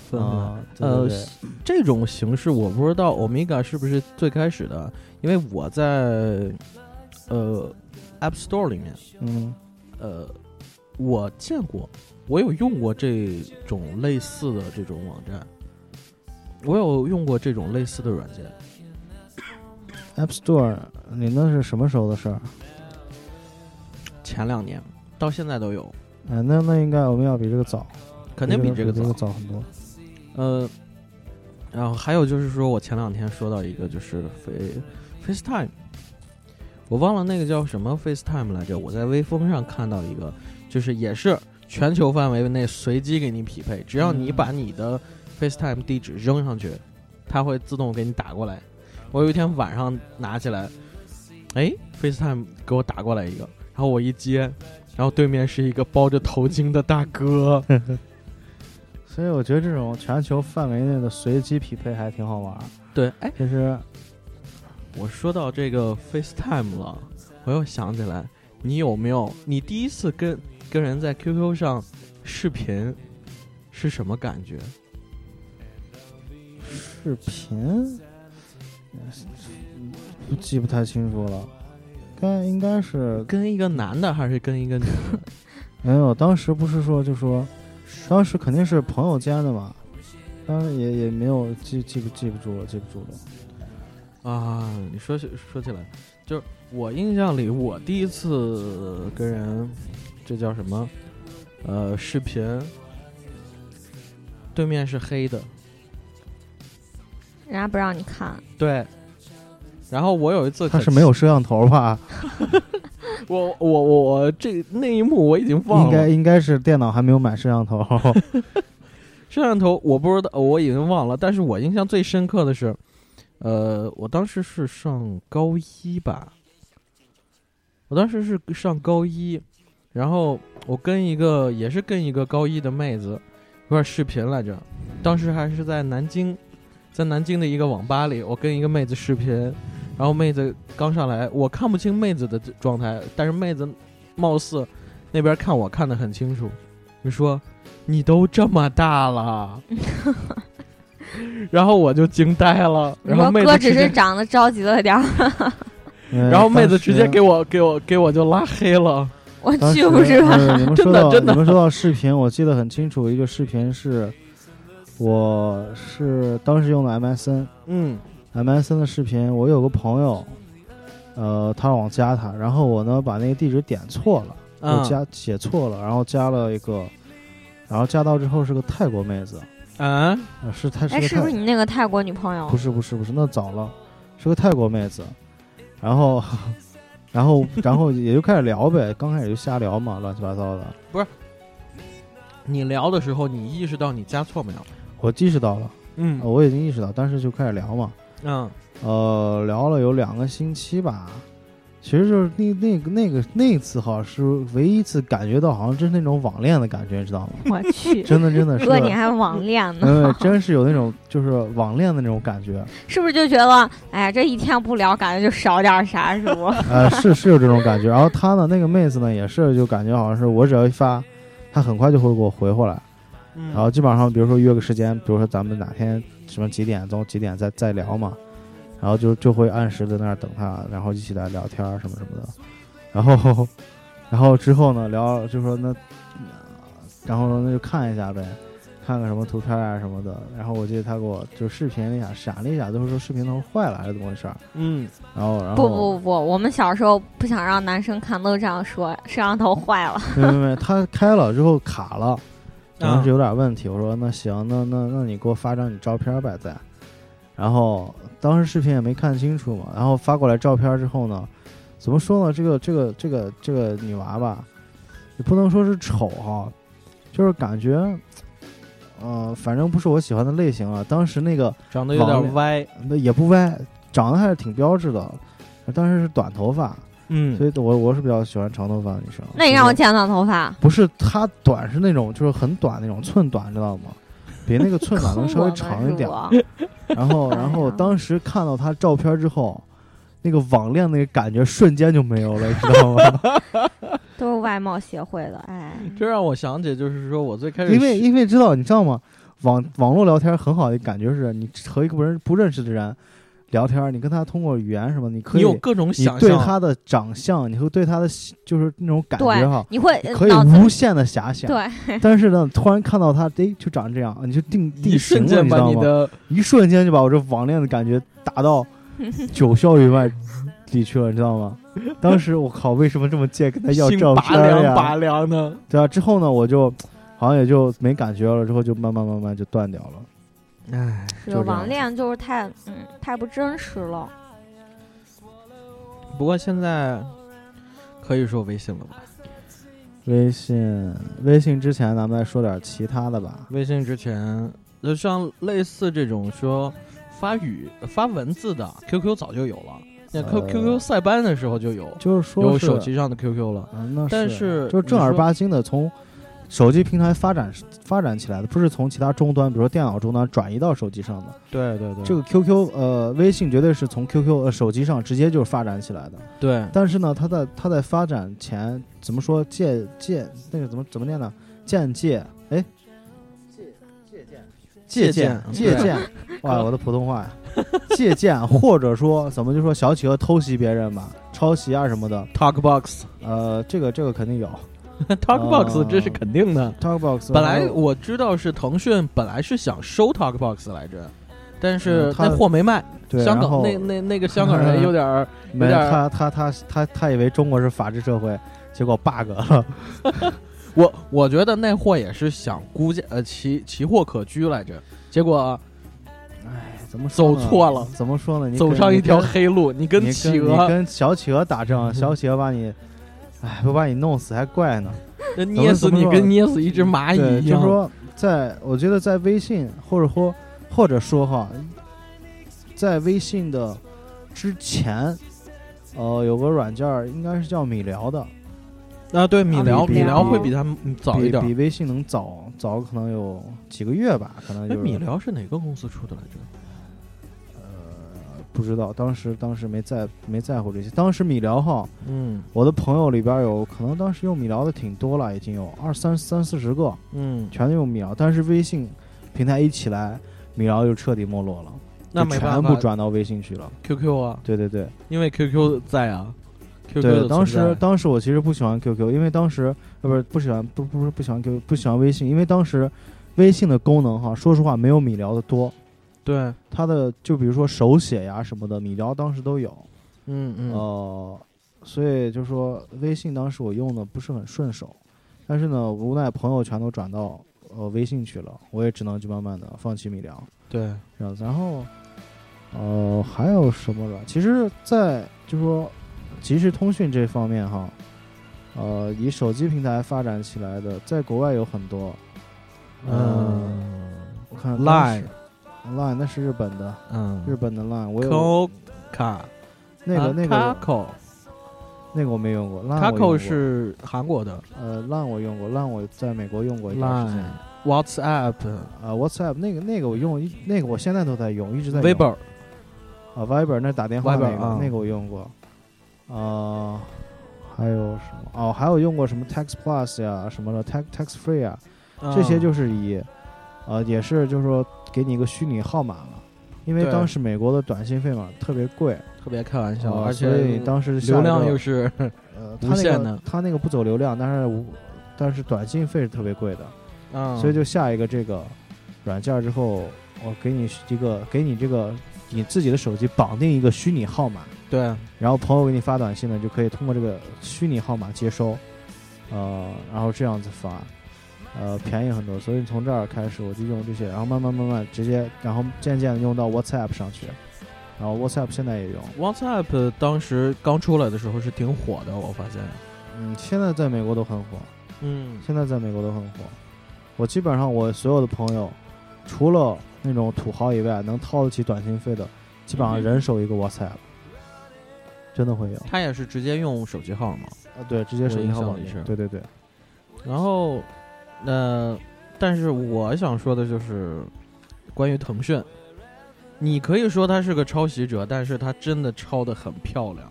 芬兰
啊对
呃
对对
这种形式我不知道 Omega 是不是最开始的，因为我在呃 App Store 里面，
嗯
呃，我见过，我有用过这种类似的这种网站，我有用过这种类似的软件。
，App Store，你那是什么时候的事儿？
前两年到现在都有，
哎，那那应该我们要比这个早，
肯定比这
这
个
这
早
个。早很多。
呃，然后还有就是说，我前两天说到一个就是 Fa- FaceTime，我忘了那个叫什么 FaceTime 来着，我在微风上看到一个，就是也是全球范围内随机给你匹配，只要你
嗯
把你的 FaceTime 地址扔上去，它会自动给你打过来。我有一天晚上拿起来，哎，FaceTime 给我打过来一个，然后我一接，然后对面是一个包着头巾的大哥。
所以我觉得这种全球范围内的随机匹配还挺好玩儿。
对，哎，
其实，
我说到这个 FaceTime 了，我又想起来，你有没有你第一次跟跟人在 QQ 上视频是什么感觉？
视频不记不太清楚了，该嗯应该是
跟一个男的还是跟一个女的？
没有。当时不是说就说，当时肯定是朋友间的嘛，当时也也没有记记不记不住了，记不
<laughs>
住了。
啊，你说起说起来，就是我印象里，我第一次跟人，这叫什么？呃，视频，对面是黑的，
人家不让你看，
对。然后我有一次
他
可
是没有摄像头吧？
我我我我这那一幕我已经忘了，
应该应该是电脑还没有买摄像
<laughs>
头。
摄像头我不知道，我已经忘了。但是我印象最深刻的是，呃，我当时是上高一吧，我当时是上高一，然后我跟一个也是跟一个高一的妹子一块儿视频来着，当时还是在南京，在南京的一个网吧里，我跟一个妹子视频，然后妹子刚上来，我看不清妹子的状态，但是妹子貌似那边看我看得很清楚，就说你都这么大了。然后我就惊呆了，
你
然后
说
妹
哥
子
只
直接
是长得着急了点儿， <laughs>
然
然后妹子直接给我给我给我就拉黑了。
我
当时
去不是吧？
呃你们
真
说
的
到
真的
你们说到视频，我记得很清楚，一个视频是，我是当时用的 MSN。
嗯
MSN 的视频，我有个朋友，呃，他让我加他，然后我呢把那个地址点错了，
嗯
我加写错了，然后加了一个，然后加到之后是个泰国妹子，
啊，
呃、是泰
哎，
个
是
泰
不是你那个泰国女朋友
不？是不是不是，那早了，是个泰国妹子，然后 <laughs> 然后然后也就开始聊呗，刚开始就瞎聊嘛，乱七八糟的，
你聊的时候你意识到你加错没有？
我意识到了，
嗯
呃我已经意识到，但是就开始聊嘛，
嗯
呃，聊了有两个星期吧。其实就是那那个那个那次哈，是唯一一次感觉到好像真是那种网恋的感觉，你知道吗？
<laughs> 我去，
真的真的是
哥，，你还网恋呢？
嗯，真是有那种就是网恋的那种感觉，
是不是就觉得，哎呀，这一天不聊，感觉就少点啥，是不？
呃，是是有这种感觉。然后她呢，那个妹子呢，也是就感觉好像是我只要一发，她很快就会给我回过来。
嗯
然后基本上，比如说约个时间，比如说咱们哪天什么几点钟几点再再聊嘛，然后就就会按时在那儿等他，然后一起来聊天儿什么什么的，然后 <laughs> 然后之后呢聊就说那，然后那就看一下呗，看看什么图片啊什么的，然后我记得他给我就视频了一下，闪了一下，就是说视频头坏了还是怎么回事儿，
嗯，
然后然后
不不不，我们小时候不想让男生看，都这样说，摄像头坏了。
没没没，他开了之后卡了，可能
啊
是有点问题。我说那行，那那那你给我发张你照片呗，再。然后当时视频也没看清楚嘛，然后发过来照片之后呢，怎么说呢？这个这个这个这个女娃吧，也不能说是丑哈、就是感觉，呃，反正不是我喜欢的类型啊。当时那个
长得有点歪，
那也不歪，长得还是挺标致的，当时是短头发，
嗯
所以我我是比较喜欢长头发的女生。
那你
所以
让我剪短头发，
不是它短是那种就是很短那种寸短，知道吗？比那个寸短能稍微长
<laughs>
一点。然后，然
哎
后当时看到他照片之后，那个网恋那个感觉瞬间就没有了，你知道
<laughs>
吗？
都是外貌协会的，哎，
嗯
这让我想起就是说我最开始
因为因为知道你知道吗？网网络聊天很好的感觉是你和一个不认不认识的人聊天，你跟他通过语言什么，你可
你
以
有各种
你
想
对
象，
他的长相，你会对他的喜就是那种感觉哈
对，，你会
可以
脑
无
子
限的遐想。
对，
但是呢，突然看到他，哎，就长这样，你就定
一
定型
瞬
了，
间
你知
把
道
你
吗？
的
一瞬间就把我这网恋的感觉打到九霄云外里去了，你知道吗？当时我靠，为什么这么贱，跟他要
心
照
拔
片儿
凉拔
呀？
凉的。
对啊，之后呢，我就好像也就没感觉了，之后就慢慢慢慢就断掉了。
唉，
是
就这样
网恋就是太嗯太不真实了。
不过现在可以说微信了吧？
微信，微信之前咱们再说点其他的吧。
微信之前就像类似这种说发语发文字的，QQ 早就有了，那 Q
呃
QQ 塞班的时候就有，
就是
有
说是，
手机上的 QQ 了。
啊，那
但
是
是
就是正
呃你
儿
说
八经的从手机平台发展发展起来的，不是从其他终端，比如说电脑终端转移到手机上的。
对对对
这个 QQ 呃，微信绝对是从 QQ 呃手机上直接就发展起来的。
对
但是呢，它在它在发展前怎么说借借那个怎么怎么念呢？间借哎，借
借
鉴
鉴嗯
借
对
鉴，哇，我的普通话呀，借鉴或者说怎么就说小企鹅偷袭别人吧，抄袭啊什么的，
Talkbox <laughs>
呃，这个这个肯定有。
Talkbox
啊
这是肯定的。
Talkbox
本来
呃
我知道是腾讯本来是想收 Talkbox 来着，但是
嗯他
那货没卖，
对，
香
然
港
后
那那那个香港人有点
<laughs>
儿，
没
有点儿
他他他他他以为中国是法治社会，结果 bug 了。
我我觉得那货也是想估价呃奇奇货可居来着，结果
哎，怎么
走
说呢
错了
怎么说呢？你
走
跟
上
你
一条
跟
黑路，你跟
你
企
你
鹅
跟小企鹅打仗，小企鹅把你，哎，不把你弄死还怪呢。
那捏死
怎么
你
说
跟捏死一只蚂蚁一
对，就是
样，
说在，我觉得在微信或者说或者说哈，在微信的之前，呃，有个软件儿应该是叫米聊的，
啊，对，米聊，
米
米
聊
聊会比他们早一
比
点
比。微信能早早可能有几个月吧，可能
哎，
就是
米聊是哪个公司出的来着？
不知道，当时当时没在没在乎这些。当时米聊哈，
嗯
我的朋友里边有可能当时用米聊的挺多了，已经有二三三四十个，
嗯，
全都用米聊。但是微信平台一起来，米聊就彻底没落了，
那
就
没
全
办
部
法
转到微信去了。
，QQ 啊，
对对对
因为 QQ 在啊，QQ
对，
的
当
存在
时当时我其实不喜欢 QQ，因为当时呃不是不喜欢不不是不喜欢 QQ，不喜欢微信，因为当时微信的功能哈，说实话没有米聊的多。
对，
它的就比如说手写呀什么的，米聊当时都有，
嗯嗯，
呃，所以就说微信当时我用的不是很顺手，但是呢，无奈朋友全都转到呃微信去了，我也只能就慢慢的放弃米聊，
对，
然后然后呃还有什么了？其实，在就说即时通讯这方面哈，呃，以手机平台发展起来的，在国外有很多，呃，
嗯
我看
，Line，
Line 那是日本的，
嗯，
日本的 Line，我有
Coca，卡
那个那个我
啊 Taco
那个我没用过，Line 我用
Taco
过
是韩国的
呃，Line 我用过，Line 我在美国用过一段时间。
，Line WhatsApp
呃，WhatsApp 那个那个我用，那个我现在都在用，一直在用。
Viber
啊，Viber 那打电话
Viber，
那个
啊
那个我用过。呃，还有什么？哦，还有用过什么 Text Plus 呀，什么的 Text Text Free 啊，这
嗯
些就是以呃也是就是说给你一个虚拟号码嘛，因为
对
当时美国的短信费嘛特别贵，
特别开玩笑，
呃
而且
所以当时下
流
一
量
个
又
<laughs>
是
呃，
无
它那
限
个
的
它那个不走流量，但是无但是短信费是特别贵的。
嗯，
所以就下一个这个软件儿之后，我给你一个给你这个你自己的手机绑定一个虚拟号码，
对，
然后朋友给你发短信呢，就可以通过这个虚拟号码接收，呃，然后这样子发，呃，便宜很多。所以从这儿开始我就用这些，然后慢慢慢慢直接，然后渐渐的用到 WhatsApp 上去，然后 WhatsApp 现在也用，
WhatsApp 当时刚出来的时候是挺火的，我发现。
嗯，现在在美国都很火，
嗯
现在在美国都很火。我基本上我所有的朋友，除了那种土豪以外，能掏得起短信费的，基本上
嗯哼
人手一个 WhatsApp，真的会有。
他也是直接用手机号嘛。
啊，对，直接手机
印
号
象
绑
里
定
是
对对对，
然后，呃，但是我想说的就是关于腾讯，你可以说它是个抄袭者，但是它真的抄的很漂亮。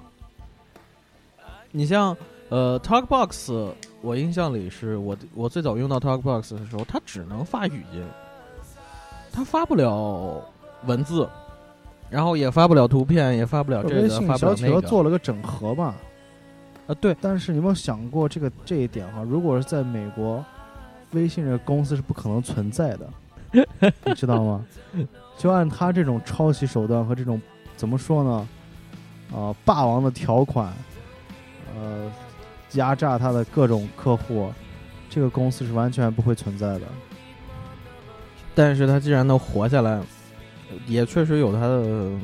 你像呃，TalkBox，我印象里是我我最早用到 TalkBox 的时候，它只能发语音，它发不了文字，然后也发不了图片，也发不了啊这
微
个，
信
发不
小
了那
企鹅
个。
做了个整合嘛，
啊，对，
但是你有没有想过这个这一点哈？如果是在美国，微信这个公司是不可能存在的，
<laughs>
你知道吗？就按他这种抄袭手段和这种怎么说呢？啊、霸王的条款，呃，压榨他的各种客户，这个公司是完全不会存在的。
但是它既然能活下来，也确实有它的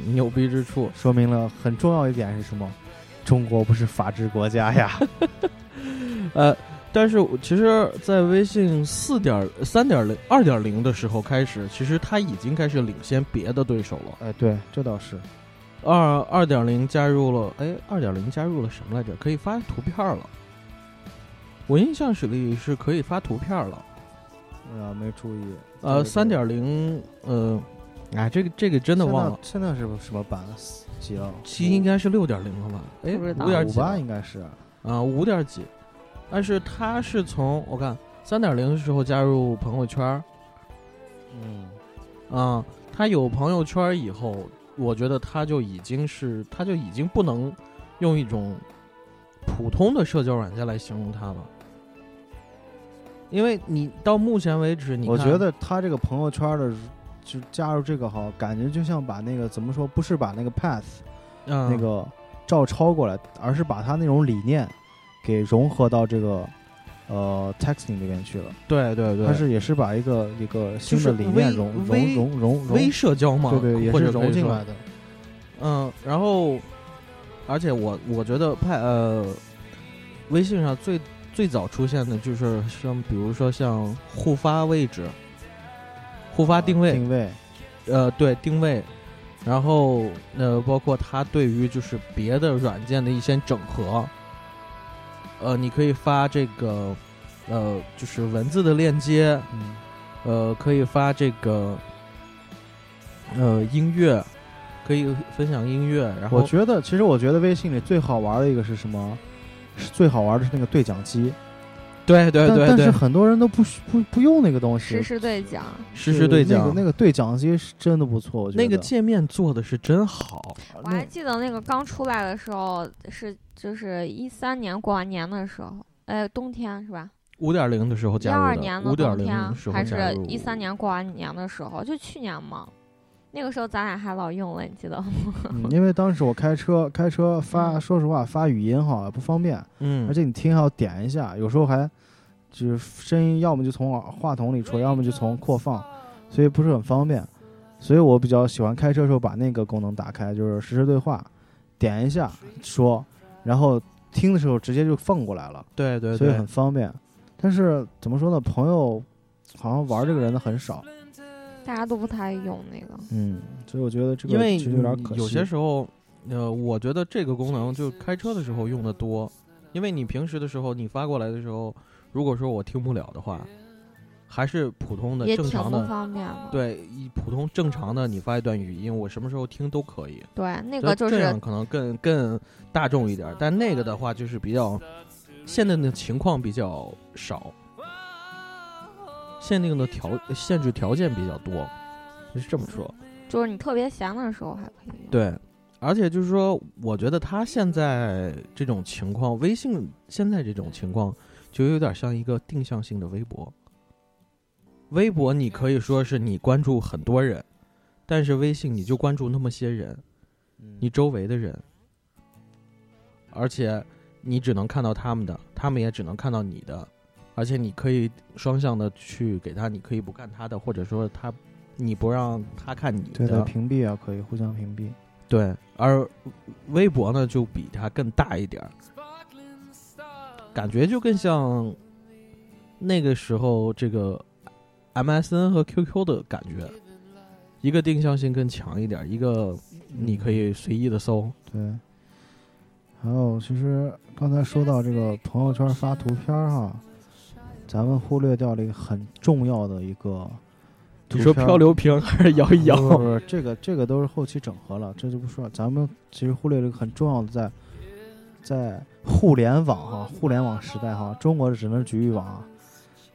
牛逼之处。
说明了很重要一点是什么？中国不是法治国
<laughs>
家呀。
嗯
呃，但是我其实，在微信四点三点零二点零的时候开始，其实它已经开始领先别的对手了。
哎，对，这倒是。
二二点零加入了，哎，二点零加入了什么来着？可以发图片了。我印象史里是可以发图片了。
啊，没注意。
呃，
这
三
个
点零，呃，哎，这个这个真的忘了，
现在现在是什么版？几了？
其应该是六点零了吧？哎，
不知道
五点
五
几
八
了？
应该是。
啊，五点几，但是它是从我看三点零的时候加入朋友圈儿，
嗯，
啊，他有朋友圈以后，我觉得他就已经是，他就已经不能用一种普通的社交软件来形容他了，因为你到目前为止，你
我
看
觉得他这个朋友圈的，就加入这个哈，感觉就像把那个怎么说，不是把那个 path、
嗯
那个照抄过来，而是把他那种理念给融合到这个呃 texting 里面去了。
对对对，
他是也是把一个一个新的
就是
理念
微
融融
微
融融融
微，社交嘛，
对对，也
或
是
者可
融
以
进
说
来的。
嗯，然后，而且我我觉得派呃，微信上最最早出现的就是像比如说像互发位置、互发定位，
啊定位，
呃，对定位，然后呃，包括它对于就是别的软件的一些整合，呃，你可以发这个呃，就是文字的链接，
嗯，
呃，可以发这个呃音乐，可以分享音乐，然后
我觉得其实我觉得微信里最好玩的一个是什么？是最好玩的是那个对讲机，
对对对
但但
对，
是很多人都不需不不用那个东西
实。时对讲，
实时对讲
那个那个对讲机是真的不错，我觉得
那个界面做的是真好，
我还记得那个刚出来的时候是就是一三年过完年的时候，哎，冬天是吧？
五点零的时候
一
加
二
入的，
年
五
的
点
冬
零
天
的时候
还是
加入，
一三年过完年的时候，就去年嘛。那个时候咱俩还老用了，你记得吗？ <laughs>
嗯因为当时我开车，开车发，
嗯
说实话发语音哈不方便，
嗯，
而且你听还要点一下，有时候还就是声音要么就从耳话筒里出，要么就从扩放，所以不是很方便。所以我比较喜欢开车的时候把那个功能打开，就是实时对话，点一下说，然后听的时候直接就放过来了，
对对
所以
对
很，方便。但是怎么说呢，朋友好像玩这个人的很少，
大家都不太用那个。
嗯，所以我觉得这个
因为
其实有点可惜。
有些时候，呃，我觉得这个功能就开车的时候用的多，因为你平时的时候你发过来的时候，如果说我听不了的话，还是普通的
也
正
挺
常
不
的，
方便的。
对，以普通正常的你发一段语音，我什么时候听都可以。
对，那个就
这
是
样可能更更大众一点，但那个的话就是比较限定的情况比较少，限定的条限制条件比较多，就是这么说。
就是你特别闲的时候还可以用。
对，而且就是说，我觉得他现在这种情况，微信现在这种情况，就有点像一个定向性的微博。微博你可以说是你关注很多人，但是微信你就关注那么些人，你周围的人，而且你只能看到他们的，他们也只能看到你的，而且你可以双向的去给他，你可以不看他的，或者说他你不让他看你的，
对的屏蔽啊，可以互相屏蔽。
对，而微博呢就比它更大一点儿，感觉就更像那个时候这个 MSN 和 QQ 的感觉，一个定向性更强一点儿，一个
嗯
你可以随意的搜，
对，还有其实刚才说到这个朋友圈发图片儿哈，咱们忽略掉了一个很重要的一个图片儿。
你说漂流瓶还是摇一
不是
摇？
不是这个这个都是后期整合了，这就不说了。咱们其实忽略了一个很重要的在，在互联网哈，互联网时代哈，中国只能是局域网啊。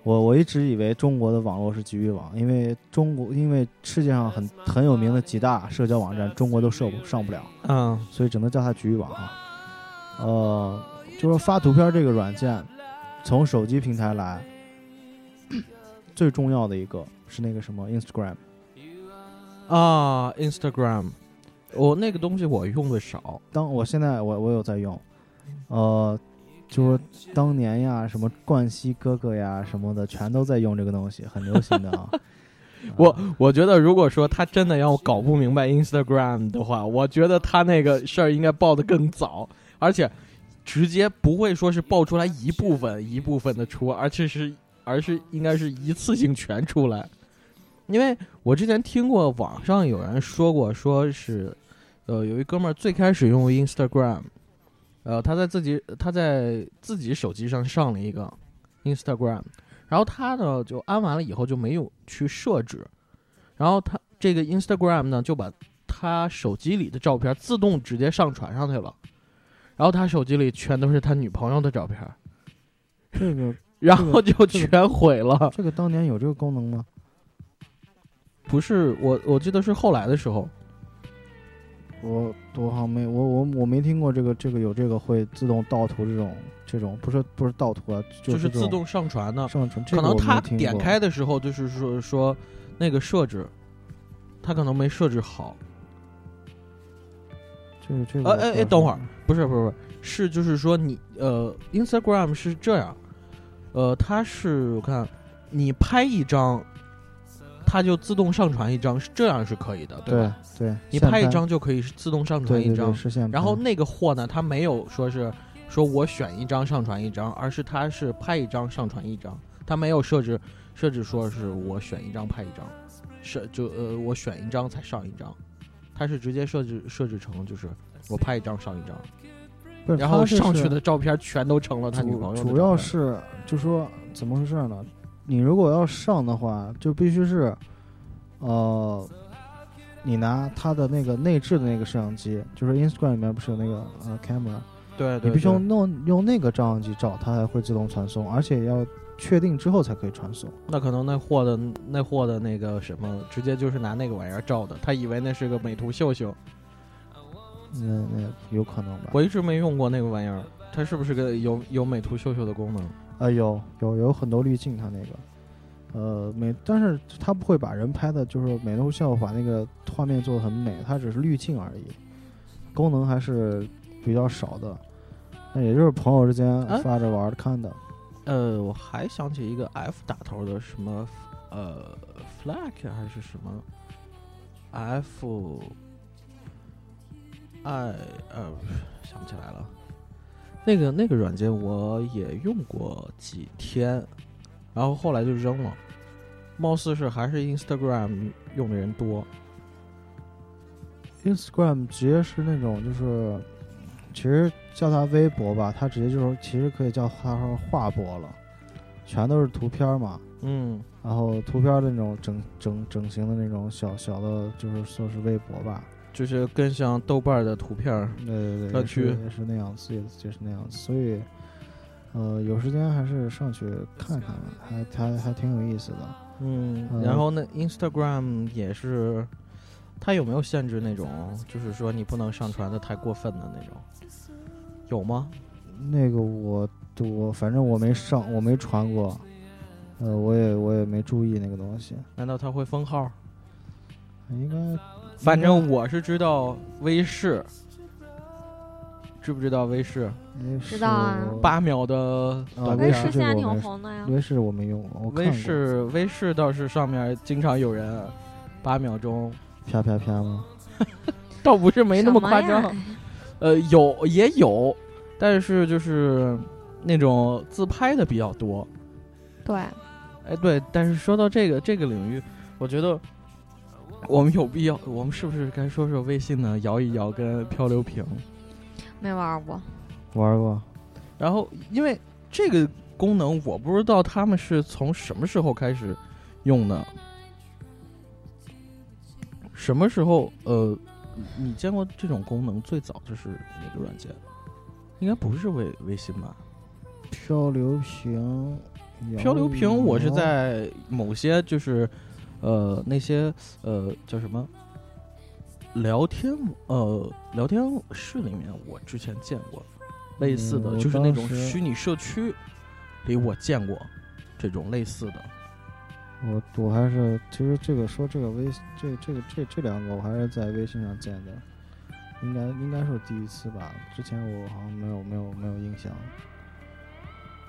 我我一直以为中国的网络是局域网，因为中国因为世界上很很有名的几大社交网站，中国都设不上不了。
嗯，
所以只能叫它局域网哈。呃，就说发图片这个软件，从手机平台来，最重要的一个是那个什么 Instagram，
啊，Instagram，我那个东西我用的少，
当我现在我我有在用，呃，就说当年呀，什么冠希哥哥呀什么的，全都在用这个东西，很流行的啊。呃
<laughs> 我觉得如果说他真的要搞不明白 Instagram 的话，我觉得他那个事儿应该报的更早，而且直接不会说是爆出来一部分一部分的出，而且是而是应该是一次性全出来。因为我之前听过网上有人说过，说是呃有一哥们儿最开始用 Instagram，呃他在自己他在自己手机上上了一个 Instagram，然后他呢就安完了以后就没有去设置。然后他这个 Instagram 呢，就把他手机里的照片自动直接上传上去了，然后他手机里全都是他女朋友的照片，
这个
然后就
这个
全毁了。
这个当年有这个功能吗？
<laughs> 不是我，我记得是后来的时候，
我我好像没我我我没听过这个这个有这个会自动盗图这种这种不是不是盗图啊，
就是是
这
自
种
动上传的。
上传，这
可
个
能
我没
他
听
点
过
开的时候，就是说说那个设置，他可能没设置好。
这个这个
呃
我
哎
不
哎，
知
等会
道
儿，不是不是不是，是就是说你呃，Instagram 是这样，呃，它是我看你拍一张，它就自动上传一张，是这样是可以的，
对
吧？
对，
你
现
拍一
拍
张就可以是自动上传
对
一
对对
张，
是现
然后
拍
那个货呢，它没有说是说我选一张上传一张，而是它是拍一张上传一张，它没有设置设置说是我选一张拍一张，是就呃我选一张才上一张，它是直接设置设置成就是我拍一张上一张，
不是
然后
嗯他这
上
是
去的照片全都成了他女
主
朋友的
主要
照片
是就说怎么回事呢？
你如果要上的话，就必须是，呃，
你拿它的那个内置的那个摄像机，就是 Instagram 里面不是有那个呃 camera，
对
你
对，
必须
对
用弄用那个照相机照，它才会自动传送，而且要确定之后才可以传送。
那可能那货的那货的那个什么，直接就是拿那个玩意儿照的，他以为那是个美图秀秀。
那那有可能吧？
我一直没用过那个玩意儿，它是不是个有有美图秀秀的功能？
呃，有有有很多滤镜，它那个，呃美，但是它不会把人拍的，就是美图效把那个画面做的很美，它只是滤镜而已，功能还是比较少的。那也就是朋友之间
哎
发着玩儿看的，
呃，我还想起一个 F 打头的什么，呃，flag 还是什么，F I 呃，想不起来了。那个那个软件我也用过几天，然后后来就扔了。貌似是还是 Instagram 用的人多，
Instagram 直接是那种就是，其实叫它微博吧，它直接就是其实可以叫它画博了，全都是图片儿嘛。
嗯，
然后图片儿的那种整整整形的那种小小的，就是说是微博吧，
就是更像豆瓣儿的图片儿。
对对
社
对，也是
区
也是那样子，也就是那样子，所以，呃，有时间还是上去看看吧，还还还挺有意思的。
嗯，
嗯
然后呢，Instagram 也是，它有没有限制那种，就是说你不能上传的太过分的那种？有吗？
那个我我反正我没上，我没传过，呃，我也我也没注意那个东西，
难道它会封号？
应该
反正我是知道微视，知不知道微视？
没
知道啊
八秒的短
啊
片
微
微
视
视
儿。
现在
这个我
挺
没
红的呀，
微视我没用过，我看
微
过
视微视倒是上面经常有人，八秒钟
啪啪啪吗？
倒不是没那么夸
什么
张
呀。。
呃，有也有，但是就是那种自拍的比较多。
<laughs> 对，
哎，对，但是说到这个这个领域，我觉得我们有必要，我们是不是该说说微信呢？摇一摇跟漂流瓶，
没玩过。
玩过，
然后因为这个功能，我不知道他们是从什么时候开始用的，什么时候？呃，你见过这种功能最早就是哪个软件？应该不是微微信吧？
漂流瓶，
漂流
哦
瓶，我是
摇
在某些就是，呃，那些呃叫什么聊天呃聊天室里面，我之前见过类似的，
嗯我
就是那种
当时
虚拟社区里我见过这种类似的。
我我还是其实这个说这个微这这个这这两个我还是在微信上见的，应该应该是第一次吧，之前我好像没有没有没有印象。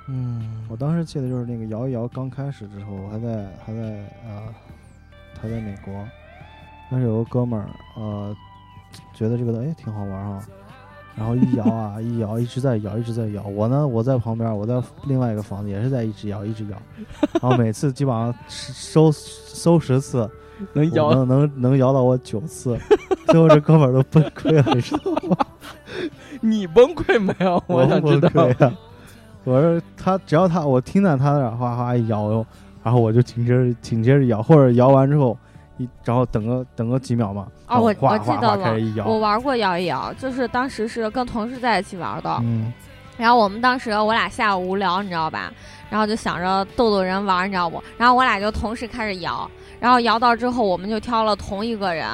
嗯
我当时记得就是那个摇一摇刚开始之后，我还在还在呃还在美国，但是有个哥们儿呃觉得这个哎挺好玩儿啊，然后一摇啊一摇一直在摇一直在摇，我呢我在旁边我在另外一个房子也是在一直摇一直摇，然后每次基本上收收十次。
能 <laughs>
我
摇
能能能摇到我九次，最后这哥们儿都崩溃了，你知道吗？
你崩溃没有？我想知
崩
道。
溃了。我说他只要他我听到他在那儿哗哗一摇，然后我就紧接着紧接着摇，或者摇完之后，一然后等个等个几秒嘛，
哦，我
哗
我记
哗
得
哗开
了
始，一
我
摇，
玩过摇一摇，就是当时是跟同事在一起玩的。
嗯，
然后我们当时我俩下午无聊，你知道吧？然后就想着逗逗人玩儿，你知道不？然后我俩就同时开始摇，然后摇到之后，我们就挑了同一个人。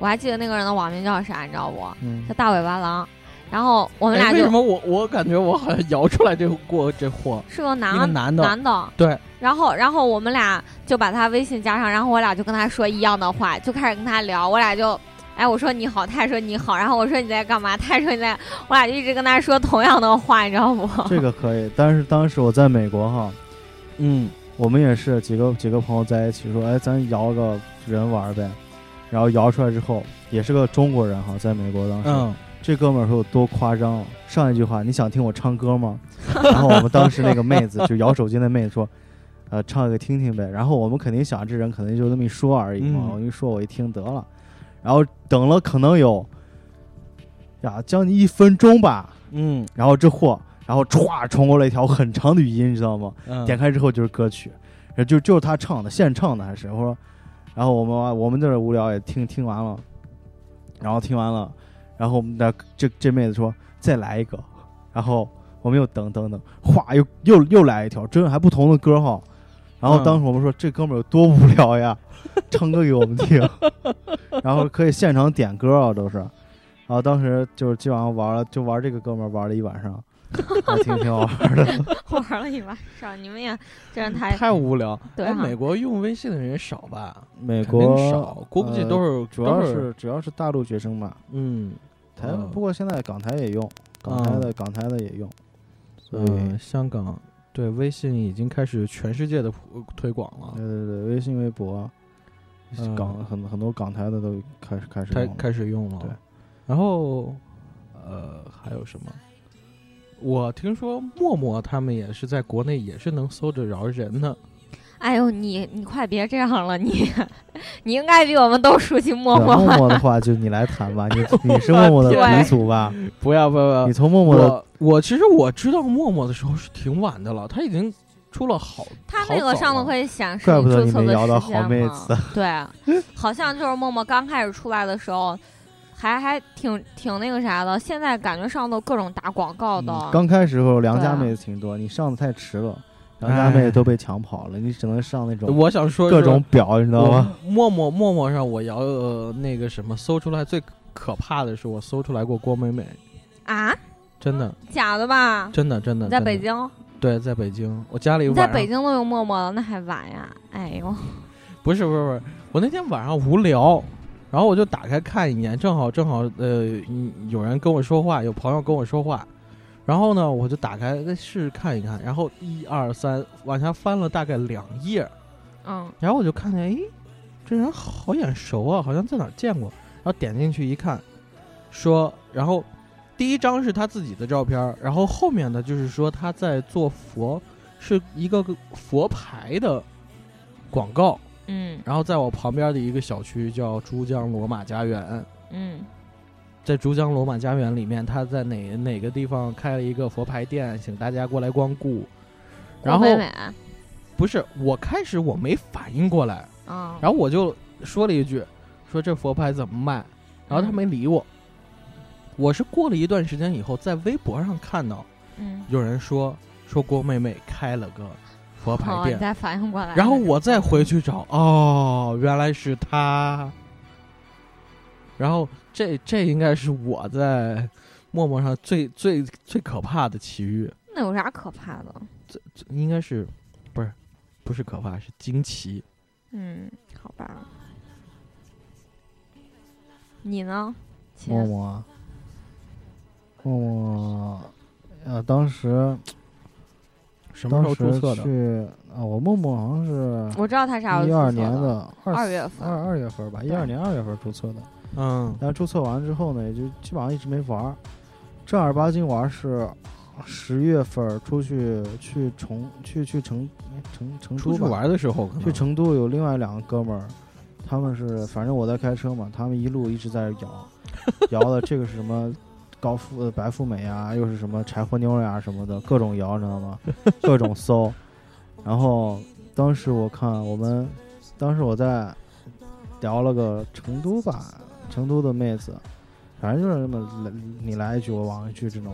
我还记得那个人的网名叫啥，你知道不？
嗯
叫大尾巴狼。然后我们俩
哎为
就
什么我我感觉我好像摇出来这过这货？
是个
一个男
男
的对，
然后然后我们俩就把他微信加上，然后我俩就跟他说一样的话，就开始跟他聊。我俩就，哎，我说你好，他也说你好，然后我说你在干嘛，他也说你在，我俩就一直跟他说同样的话，你知道不？ <laughs>
这个可以。但是当时我在美国哈，
嗯，
我们也是几个几个朋友在一起说，哎，咱摇个人玩儿呗。然后摇出来之后，也是个中国人哈，在美国当时，
嗯，
这哥们儿说有多夸张？上一句话，你想听我唱歌吗？然后我们当时那个妹子，就摇手机那妹子说，呃，唱给听听呗。然后我们肯定想，这人可能就那么一说而已嘛。
嗯
我一说，我一听得了。然后等了可能有呀将近一分钟吧，
嗯
然后这货，然后歘冲过来一条很长的语音，你知道吗？
嗯，
点开之后就是歌曲，然后就就是他唱的，现唱的还是我说，然后我们啊我们在这无聊也听听完了，然后听完了，然后我们的这这妹子说再来一个，然后我们又等等等，哗又又又来一条，真的还不同的歌哈，然后当时我们说、这哥们儿有多无聊呀，唱歌给我们听， <laughs> 然后可以现场点歌啊都是，然后当时就是基本上玩了就玩这个哥们儿玩了一晚上，还挺挺好玩的。
玩了一晚上，你们也真是太
太无聊。
对
嗯哎
哈
美国用微信的人少吧？
美
美
国
少，估计都
呃
是
主要
都
是主要是大陆学生吧，
嗯
台湾
嗯
不过现在港台也用，港台的港台的也用，所以
嗯，香港对微信已经开始全世界的普呃推广了
对。对对，微信、微博，
嗯
港很很多港台的都开始开始
开
用了
开始用了。
对，
然后呃还有什么？我听说陌陌他们也是在国内也是能搜得着人的，
哎呦，你你快别这样了，你 <laughs> 你应该比我们都熟悉陌
对
陌
陌
吧？
陌的话，就你来
<laughs>
谈吧，你你是陌陌的鼻祖吧？
不要不要
你从陌陌的
我我其实我知道陌陌的时候是挺晚的了，他已经出了好，啊
它那个上头可
以
以显示
怪不
你
得
注
你
册
没摇
的
到
时
好
间
妹
嘛
子。
对，好像就是陌陌刚开始出来的时候，还还挺挺那个啥的。现在感觉上头各种打广告
嗯
的，
刚开始时候良家
对啊
妹子挺多，你上的太迟了，良家妹子都被抢跑了，你只能上那种
我想说
各
是
种表，你知道吗？
我陌陌陌陌上我摇、呃、那个什么搜出来最可怕的是我搜出来过郭美美，
啊，
真的
嗯
假的吧？
真的真的。
你在
真的
北？京，
对，在北京，我家里
你在
晚上
北京都用陌陌了，那还晚呀？哎呦，
不是不是不是，我那天晚上无聊，然后我就打开看一眼，正好正好呃，嗯有人跟我说话，有朋友跟我说话，然后呢，我就打开再试试看一看，然后一二三往下翻了大概两页，
嗯，
然后我就看见，诶，这人好眼熟啊，好像在哪儿见过，然后点进去一看，说，然后第一张是他自己的照片儿，然后后面的就是说他在做佛，是一个佛牌的广告。
嗯
然后在我旁边的一个小区叫珠江罗马家园，
嗯
在珠江罗马家园里面，他在哪哪个地方开了一个佛牌店，请大家过来光顾。然后
郭美美，
不是我开始我没反应过来，
嗯，
然后我就说了一句，说这佛牌怎么卖，然后他没理我。我是过了一段时间以后，在微博上看到
嗯，
有人说说郭妹妹开了个佛牌
哦，你
店，
才反应过来了，嗯
然后我再回去找，哦，原来是他。然后这这应该是我在陌陌上最最最可怕的奇遇，
那有啥可怕的？
这应该是不是不是可怕，是惊奇。
嗯，好吧。你呢？亲
陌陌啊，陌陌，呃，当时
什么
当
时候注
时
册的？
去啊，我陌陌好像是
我知道他啥时
一
候
二
注册
年
的，
的二
二月份
二二月份吧，一二年二月份注册的。
嗯
然后注册完之后呢，也就基本上一直没玩儿。正儿八经玩儿是十月份出去去重去去成哎成成
出
都
去
吧，
玩的时候可能
去成都有另外两个哥们儿，他们是反正我在开车嘛，他们一路一直在
<laughs>
摇摇的这个是什么高富呃白富美啊，又是什么柴火妞呀、什么的，各种摇，你知道吗？各种搜。然后当时我看我们，当时我在聊了个成都吧，成都的妹子，反正就是那么来你来一句我往一句这种。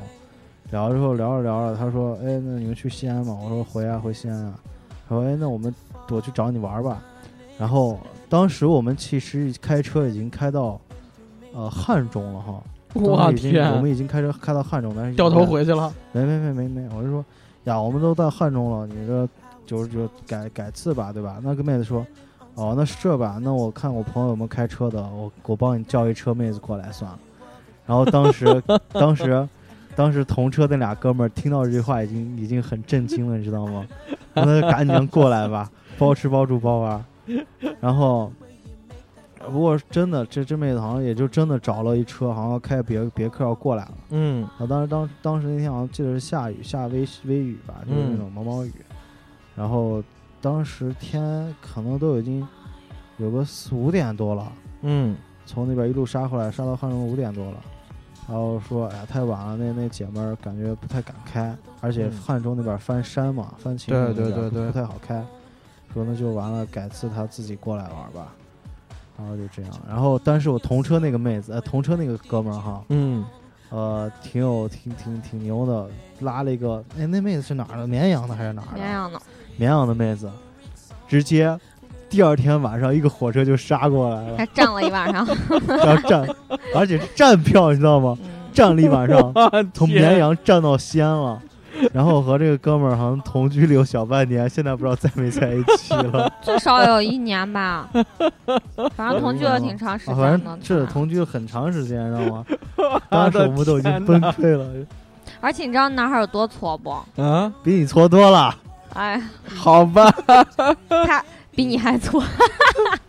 聊了之后聊着聊着，他说：“哎，那你们去西安吗？”我说：“回啊，回西安啊。”他说：“哎，那我们我去找你玩儿吧。”然后当时我们其实开车已经开到呃汉中了哈，
<laughs> 我
当时已经我
天，
们已经开车开到汉中，但是
掉头回去了。
没没没没没，我就说呀，我们都到汉中了，你这就是就改改次吧，对吧？那个妹子说，哦，那是这吧，那我看我朋友有没有开车的，我我帮你叫一车妹子过来算了。然后当时当时当时同车那俩哥们儿听到这句话已经已经很震惊了，你知道吗？那赶紧过来吧，包吃包住包玩。然后，不过真的这这妹子好像也就真的找了一车，好像开别别克要过来了。
嗯
啊，当时当当时那天好像记得是下雨，下微微雨吧，就是
嗯
那种毛毛雨。然后当时天可能都已经有个四五点多了，
嗯，
从那边一路杀回来，杀到汉中五点多了。然后说，哎呀，太晚了，那那姐们儿感觉不太敢开，而且
嗯
汉中那边翻山嘛，翻青
对
城那
对对
边
对
不太好开。说那就完了，改次她自己过来玩吧。然后就这样，然后但是我同车那个妹子，呃，同车那个哥们儿哈，
嗯，
呃，挺有挺挺挺牛的，拉了一个，哎，那妹子是哪儿的？绵阳的还是哪儿的？
绵阳呢？
绵阳的妹子，直接第二天晚上一个火车就杀过来
<laughs>
了，
还站了一
<laughs>
晚上。
然后站，而且是站票，你知道吗？
嗯
站了一晚上，从
天
绵阳站到西安了。然后和这个哥们儿好像同居了有小半年，现在不知道在没在一起了。
<laughs>
啊
最少有一年吧，反正同居了挺长时间
啊反
的
正。这
他
同居了很长时间，知道吗？当时我们都已经崩溃了，
而且你知道男孩有多挫不？
啊，
比你挫多了。
哎，
嗯
好吧，
他比你还挫， <laughs>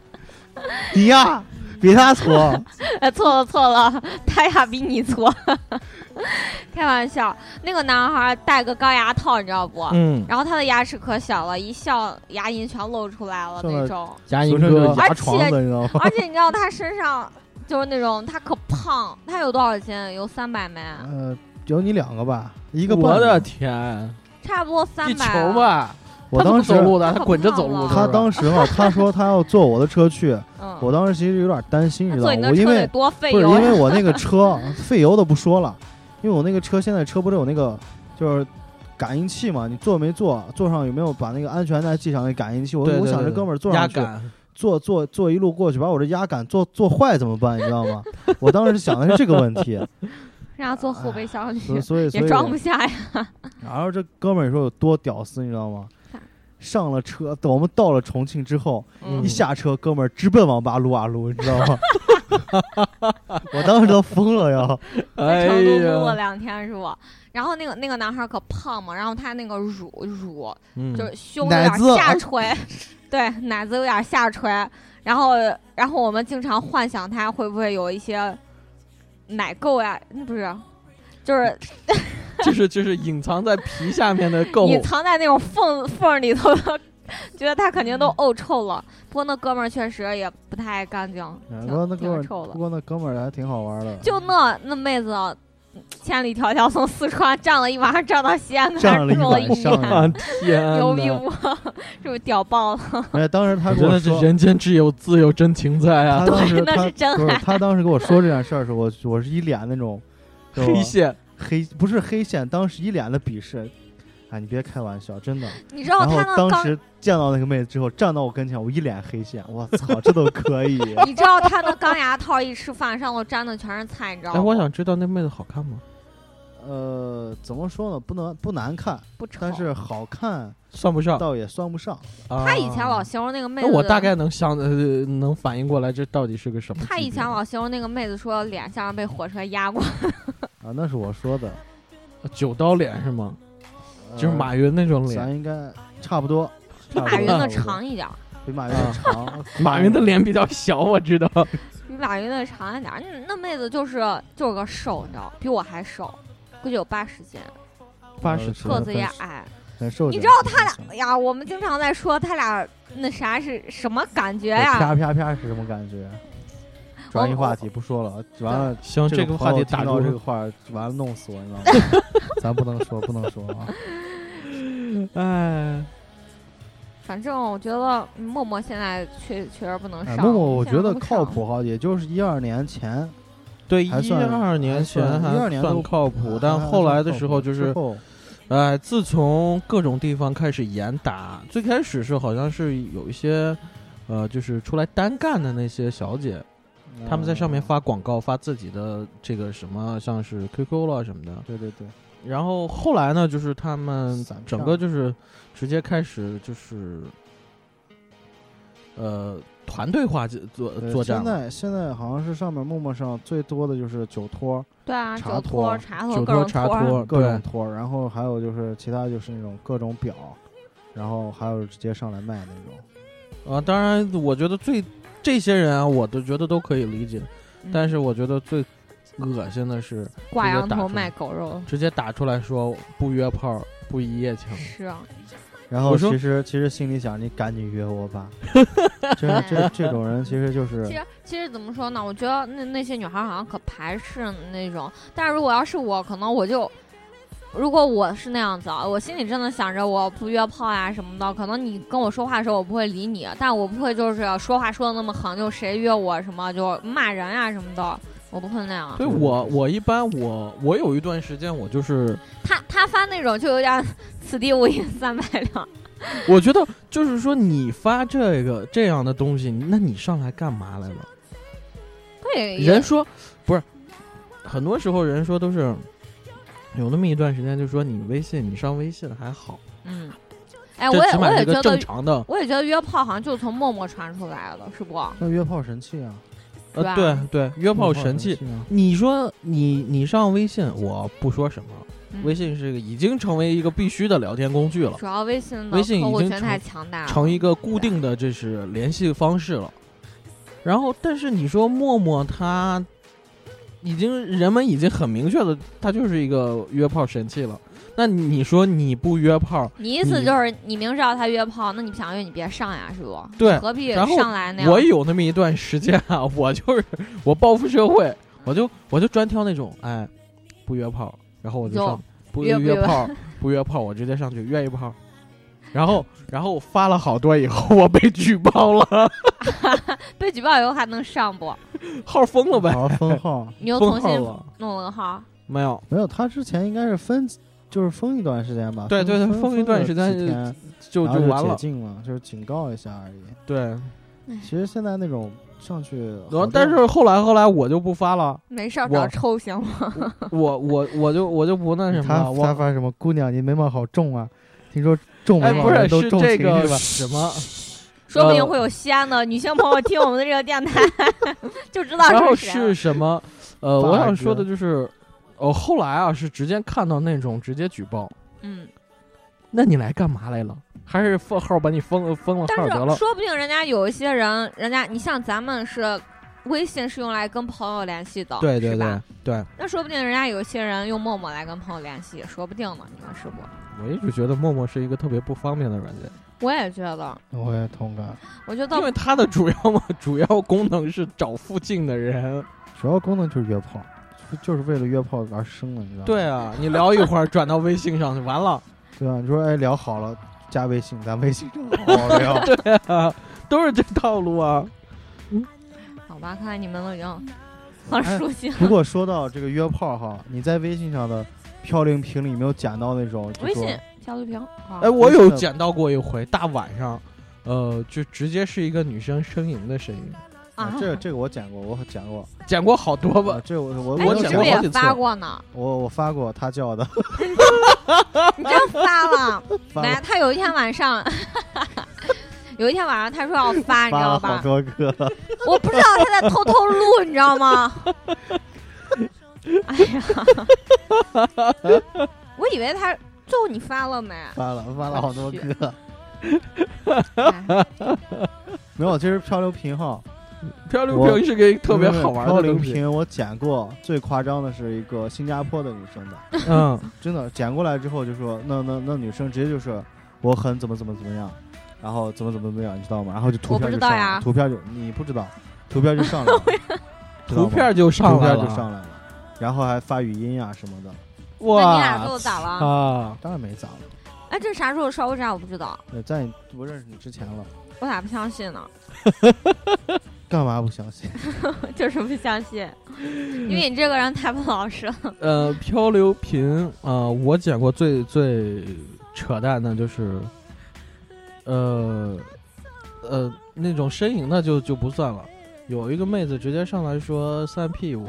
你呀，比他挫。
哎错了错了，他呀比你挫。 <laughs> 开玩笑，那个男孩戴个高牙套，你知道不？
嗯，
然后他的牙齿可小了，一笑牙龈全露出来了
这么
那种。
佳
俗
音
称就是 <laughs>
哥，
牙床子，你知道吗？
而且你知道他身上就是那种他可胖，他有多少斤？有三百没？
呃，有你两个吧，一个
我
半
的天，
差不多三
一
百。
球吧，
我当
他
时
怎么走路的，
啊他
他滚着走
胖
路
了
的，
他当时啊，他说他要坐我的车去，
嗯，
我当时其实有点担心，你
他
知道吗
坐你？那
我
车
因
得
为
多费
不是
油
因为
<laughs>
我那个车费油的不说了，因为我那个车现在车不是有那个就是感应器嘛？你坐没坐？坐上有没有把那个安全带系上？那感应器，我
对对
我想
对
这哥们儿坐
压
上去，
感，
坐坐坐一路过去，把我这压杆坐坐坏怎么办？你知道吗？我当时想的是这个问题， <laughs>
让他坐后备箱
哎所以
去，
所以所
<laughs> 也
以
装不下
<laughs>
呀。
然后这哥们儿说有多屌丝，你知道吗
咋？
上了车，等我们到了重庆之后，
嗯
一下车，哥们儿直奔网吧撸啊撸，你知道吗？ <laughs> 我当时都疯了要，
哎
<laughs> 在成都撸了
呀，
两天是不？然后那个那个男孩可胖嘛，然后他那个乳乳
嗯
就是胸有
奶
点
子啊
下垂， <laughs> 对，奶子有点下垂。然后然后我们经常幻想他会不会有一些奶垢呀？那不是，就是
<laughs>
嗯
就是就是隐藏在皮下面的垢，
<laughs> 你藏在那种缝缝里头 <laughs> 的，觉得他肯
嗯
定都呕臭了。不过那哥们儿确实也不太干净，
哎
挺
不过那哥们
挺
儿，
臭
不
的。
过那哥们儿还挺好玩的，
<laughs> 就那那妹子，千里迢迢从四川站了一晚上，站到西安，
站了一
住了一
晚上
年，
啊天哪，
牛逼不？ <laughs> 是不是屌爆了？
而且哎当时 <laughs> 他
我
跟
真
我
的是
说，
人间只有自有真情在
他
<laughs> 啊，
当时
对，那
他
是真
不是
爱。
他当时跟我说这件事儿的时候，我我是一脸那种知道吗
黑线，
黑不是黑线，当时一脸的鄙视。哎，你别开玩笑，真的。
你知道
然
他
后
那
当
刚，
时见到那个妹子之后，站到我跟前，我一脸黑线，我操，这都可以。 <laughs>
你知道他那钢牙套一吃饭上头粘的全是菜，你知道
哎，
吗？
我想知道那妹子好看吗？
呃，怎么说呢？不能不难看，
不丑。
但是好看
算不上，啊
倒也算不上。
他以前老形容
啊
那个妹
那
子，
我大概能想呃能反应过来，这到底是个什么级别？
他以前老形容那个妹子说脸像是被火车压过，
啊，那是我说的，
呃九刀脸是吗？
呃
就是马云那种脸
咱，应该差不多，
比
差不
马
多
云的，
差
长一点儿，
不多比马云的 <laughs> 长，
马云的脸比较小，我知 <laughs> 道。
比马云的长一点儿。嗯那那妹子就是就是个瘦，你知道，比我还瘦，估计有八十斤，
八
十
斤
个子也矮。
很瘦小。
你知道
他
哎呀，我们经常在说他俩那啥是什么感觉呀？
啪啪啪是什么感觉？转移话题不说了，完了
行，这个
个
话
朋
题
友
打
听
住
到 <laughs> 这个
了。
话，完了弄死我，你知道吗？
<laughs>
咱不能说，不能说啊。
哎，
反正我觉得嗯默默现在确确实不能
哎
上。
默默，我
现在
觉得
不
靠
上。
谱哈，也就是一二年前，
对，
还
哎一
算
二年
还
前
算
还
12年
算
都
靠谱，但
还
后来的
靠
时
谱
候就
之
是，
后
哎，自从各种地方开始严打，最开始是好像是有一些，呃，就是出来单干的那些小姐，他们在上面
嗯
发广告，发自己的这个什么，像是 QQ 了什么的。
对对对，
然后后来呢，就是他们
散票
嗯整个就是直接开始就是，呃，团队化作作
对
呃作战
现
了。
在现在好像是上面陌陌上最多的就是酒托，
对啊，
茶
酒
托
托、茶托、
酒
各种
茶
托儿。
托，
各
对
种，托，然后还有就是其他就是那种各种表，然后还有直接上来卖那种。
啊，当然，我觉得最这些人啊，我都觉得都可以理解，
嗯
但是我觉得最恶心的是
挂
直接
羊
打
头
出
卖狗肉
嗯直接打出来说不约炮、不一夜情，
是啊，
然后
我说
其实其实心里想，你赶紧约我
<laughs>
吧。这这这种人其实
嗯
就是
其实其实怎么说呢？我觉得那那些女孩好像可排斥那种，但是如果要是我，可能我就，如果我是那样子啊，我心里真的想着我不约炮呀、什么的，可能你跟我说话的时候我不会理你，但我不会就是说话说的那么狠，就谁约我什么就骂人呀、什么的，我不会那样。
对我，我一般我我有一段时间我就是，
他他发那种就有点“此地无银三百两 <laughs>
我觉得就是说你发这个这样的东西，那你上来干嘛来了？”，
对，
人说不是，很多时候人说都是有那么一段时间，就说你微信，你上微信还好，
嗯，哎，我
这
也
起
我
码
也
是个
觉
正
得。
常的，
我也觉得约炮好像就是从陌陌传出来的，是不？
那约炮神器啊，
是吧嗯
呃，对对，约
约
炮神器。 <laughs>
啊，
你说你你上微信，我不说什么，
嗯
微信是个已经成为一个必须的聊天工具了，
主要微信的
微信已
客户
经
群
成
太强大了，
成一个固定的这是联系方式了。然后，但是你说陌陌它已经人们已经很明确的，它就是一个约炮神器了。那你说你不约炮，
你意思
你
就是你明知道他约炮，那你不想约你别上呀，是不？
对
何必
然后
上来那样？
我有那么一段时间啊， <laughs> 我就是我报复社
嗯
会，我就我就专挑那种哎不约炮，然后我就
哟
上不约
约不约 <laughs>
炮不约炮，我直接上去约一炮，然后然后我发了好多以后，我被举报了， <laughs>
被举报以后还能上不？
号封了呗，
好封号
你又重
封号
新
了
弄了个号，
没有。
没有？他之前应该是分，就是封一段时间吧。
对对对
封
封一段时间
封了几天
就
然后
完
解
了。
禁了，就是警告一下而已。
对，
其实现在那种上去好
然后
多，
但是后来后来我就不发了， <laughs>
没事儿
我
找抽行吗？
我我我就我就不那什么
他
了，
他
我
发什么？姑娘，你眉毛好重啊！听说重
哎
眉毛
不
人
是
都
是
重
这
情
个
是吧？
什么，呃
说不定会有西安的女性朋友听我们的这个电台， <laughs> 就知道
然后
是谁啊了
是。什么，呃，我
大
想
哥
说的就是，哦，后来啊是直接看到那种直接举报，
嗯，
那你来干嘛来了？还是封号把你封封了
但
号得
是
了？
说不定人家有一些人，人家你像咱们是。微信是用来跟朋友联系的，
对对
是
对
吧？
对，
那说不定人家有些人用陌陌来跟朋友联系，说不定呢，你说是不？
我一直觉得陌陌是一个特别不方便的软件，
我也觉得，
我也同感。
我觉得
因为它的主要嘛主要功能是找附近的人。
主要功能就是约炮，就就是为了约炮而生的，你知道吗？
对啊，你聊一会儿转到微信上去，完了。 <laughs>
对啊，你说哎聊好了，加微信，咱微信上 <laughs> 好好聊。
啊，都是这套路啊。
好吧，看来你们都已经很熟悉了。
不过说到这个约炮哈，你在微信上的飘零瓶里没有捡到那种，就
微
说
信小绿瓶，好
哎，我有捡到过一回，大晚上，呃，就直接是一个女生呻吟的声音，
啊，
这这个我捡过，我捡过，
捡过好多
啊
吧。
这我我
哎，
我
你
有
捡
是
过
不是
好
也
几次
发过呢？ <laughs>
我我发过他叫的，
你真发
<laughs>
了？
发
来，
了
他有一天晚上， <laughs> 有一天晚上他说要发，
发
你知道
了好
吧？
多个，
我不知道他在偷偷录，你知道吗？哎呀， <laughs> 我以为他最后你发了没？
发了发了好多个，
哎
没有，这是漂流瓶哈，
漂流瓶是个特别好玩
漂
的
流
东西。
瓶我捡过，最夸张的是一个新加坡的女生的，
嗯，
真的捡过来之后就说，那那那女生直接就说我很怎么怎么怎么样，然后怎么怎么怎么样，你知道吗？然后就图
我不
片
知
就
道
上
呀
了，图片就你不知道，图片就上
<laughs>
来了，知道
<laughs> 图
吗
片就上
图
来
片
了，
就上来了，然后还发语音啊什么的，
那
哇！
你俩最后咋了？
啊，
当然没咋了，
哎，这啥时候烧？为啥我不知道？
呃在你不认识你之前了，
我咋不相信呢？
干嘛不相信？ <laughs>
<laughs> 就是不相信，因为你这个人太不老实了。
呃，漂流瓶啊、呃我捡过最最扯淡的就是，呃，呃，那种呻吟的就就不算了。有一个妹子直接上来说三屁股，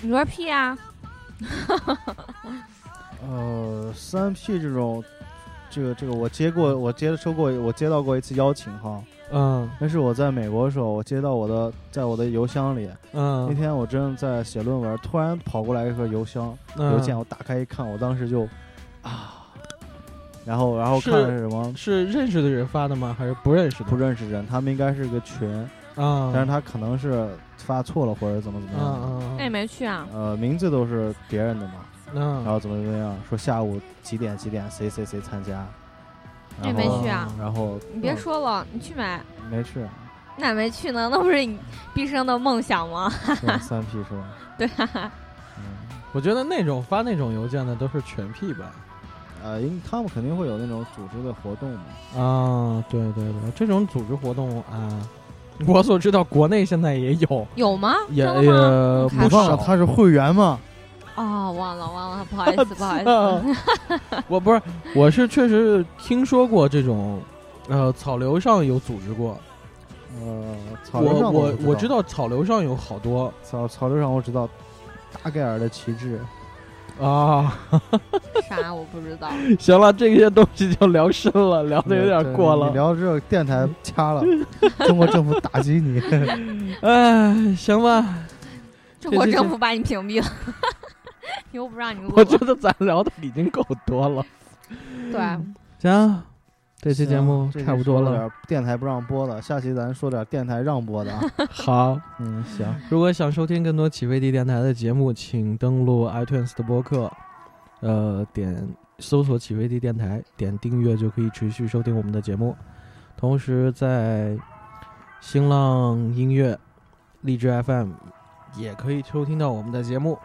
你说屁啊？
呃，三 P 这种，这个这个我接过，我接收过，我接到过一次邀请哈，
嗯
那是我在美国的时候，我接到我的在我的邮箱里，那
嗯，
天我正在写论文，突然跑过来一个邮箱
嗯
邮件，我打开一看，我当时就啊，然后然后
是
看的是什么？
是认识的人发的吗？还是不认识的？
不认识
嗯
人，他们应该是个群，
啊，
但是他可能是发错了或者怎么怎么样的，
嗯
那也没去啊。
呃，名字都是别人的嘛，
嗯
然后怎么怎么样，说下午几点几点谁谁谁参加，
那没去啊？
然后
嗯
嗯
你别说了，你去买，
没去，啊
<laughs> 那没去呢，那不是你毕生的梦想吗？
对三 P 是吧？
<laughs> 对啊，
嗯，
我觉得那种发那种邮件的都是全 P 吧。
呃，因他们肯定会有那种组织的活动嘛。
啊，对对对，这种组织活动啊， <laughs> 我所知道国内现在也有，
有吗？
也
真的吗？
也
看
不
你忘了
少。
他是会员吗？
哦，忘了忘了，
<laughs>
不好意思不好意思。
啊我不是，我是确实听说过这种，呃，草榴上有组织过。
呃，草榴
我
上
我
我
知道草榴上有好多
草草榴上我知道大盖尔的
<laughs>
旗帜，
啊。
啥我不知道。
<laughs> 行了，这些东西就聊深了，聊的有点
对
过
你
了。
聊这个电台掐了， <laughs> 中国政府打击你。
哎，行吧，
中国
这这
政府把你屏蔽了， <laughs> 你又不让你录
我觉得咱聊的已经够多了。
对，。
行， <laughs> 这期
行
节目
这期
差不多
说
了。
点电台不让播的，下期咱说点电台让
<laughs>
播的啊。
好，
嗯，行，
<laughs> 如果想收听更多起飞地电台的节目，请登录 iTunes 的播客，呃，点搜索起飞地电台，点订阅就可以持续收听我们的节目。同时，在新浪音乐、荔枝 FM 也可以收听到我们的节目。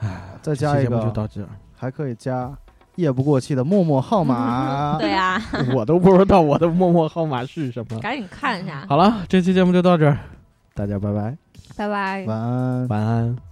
哎，
再加
这期
一
节目就
个，
到这儿，
还可以加夜不过气的陌陌号码
<laughs>
对啊，
<laughs> 我都不知道我的陌陌号码是什么。
赶紧看一下，
好了，这期节目就到这儿，大家拜拜，
拜拜。
晚安。
晚安。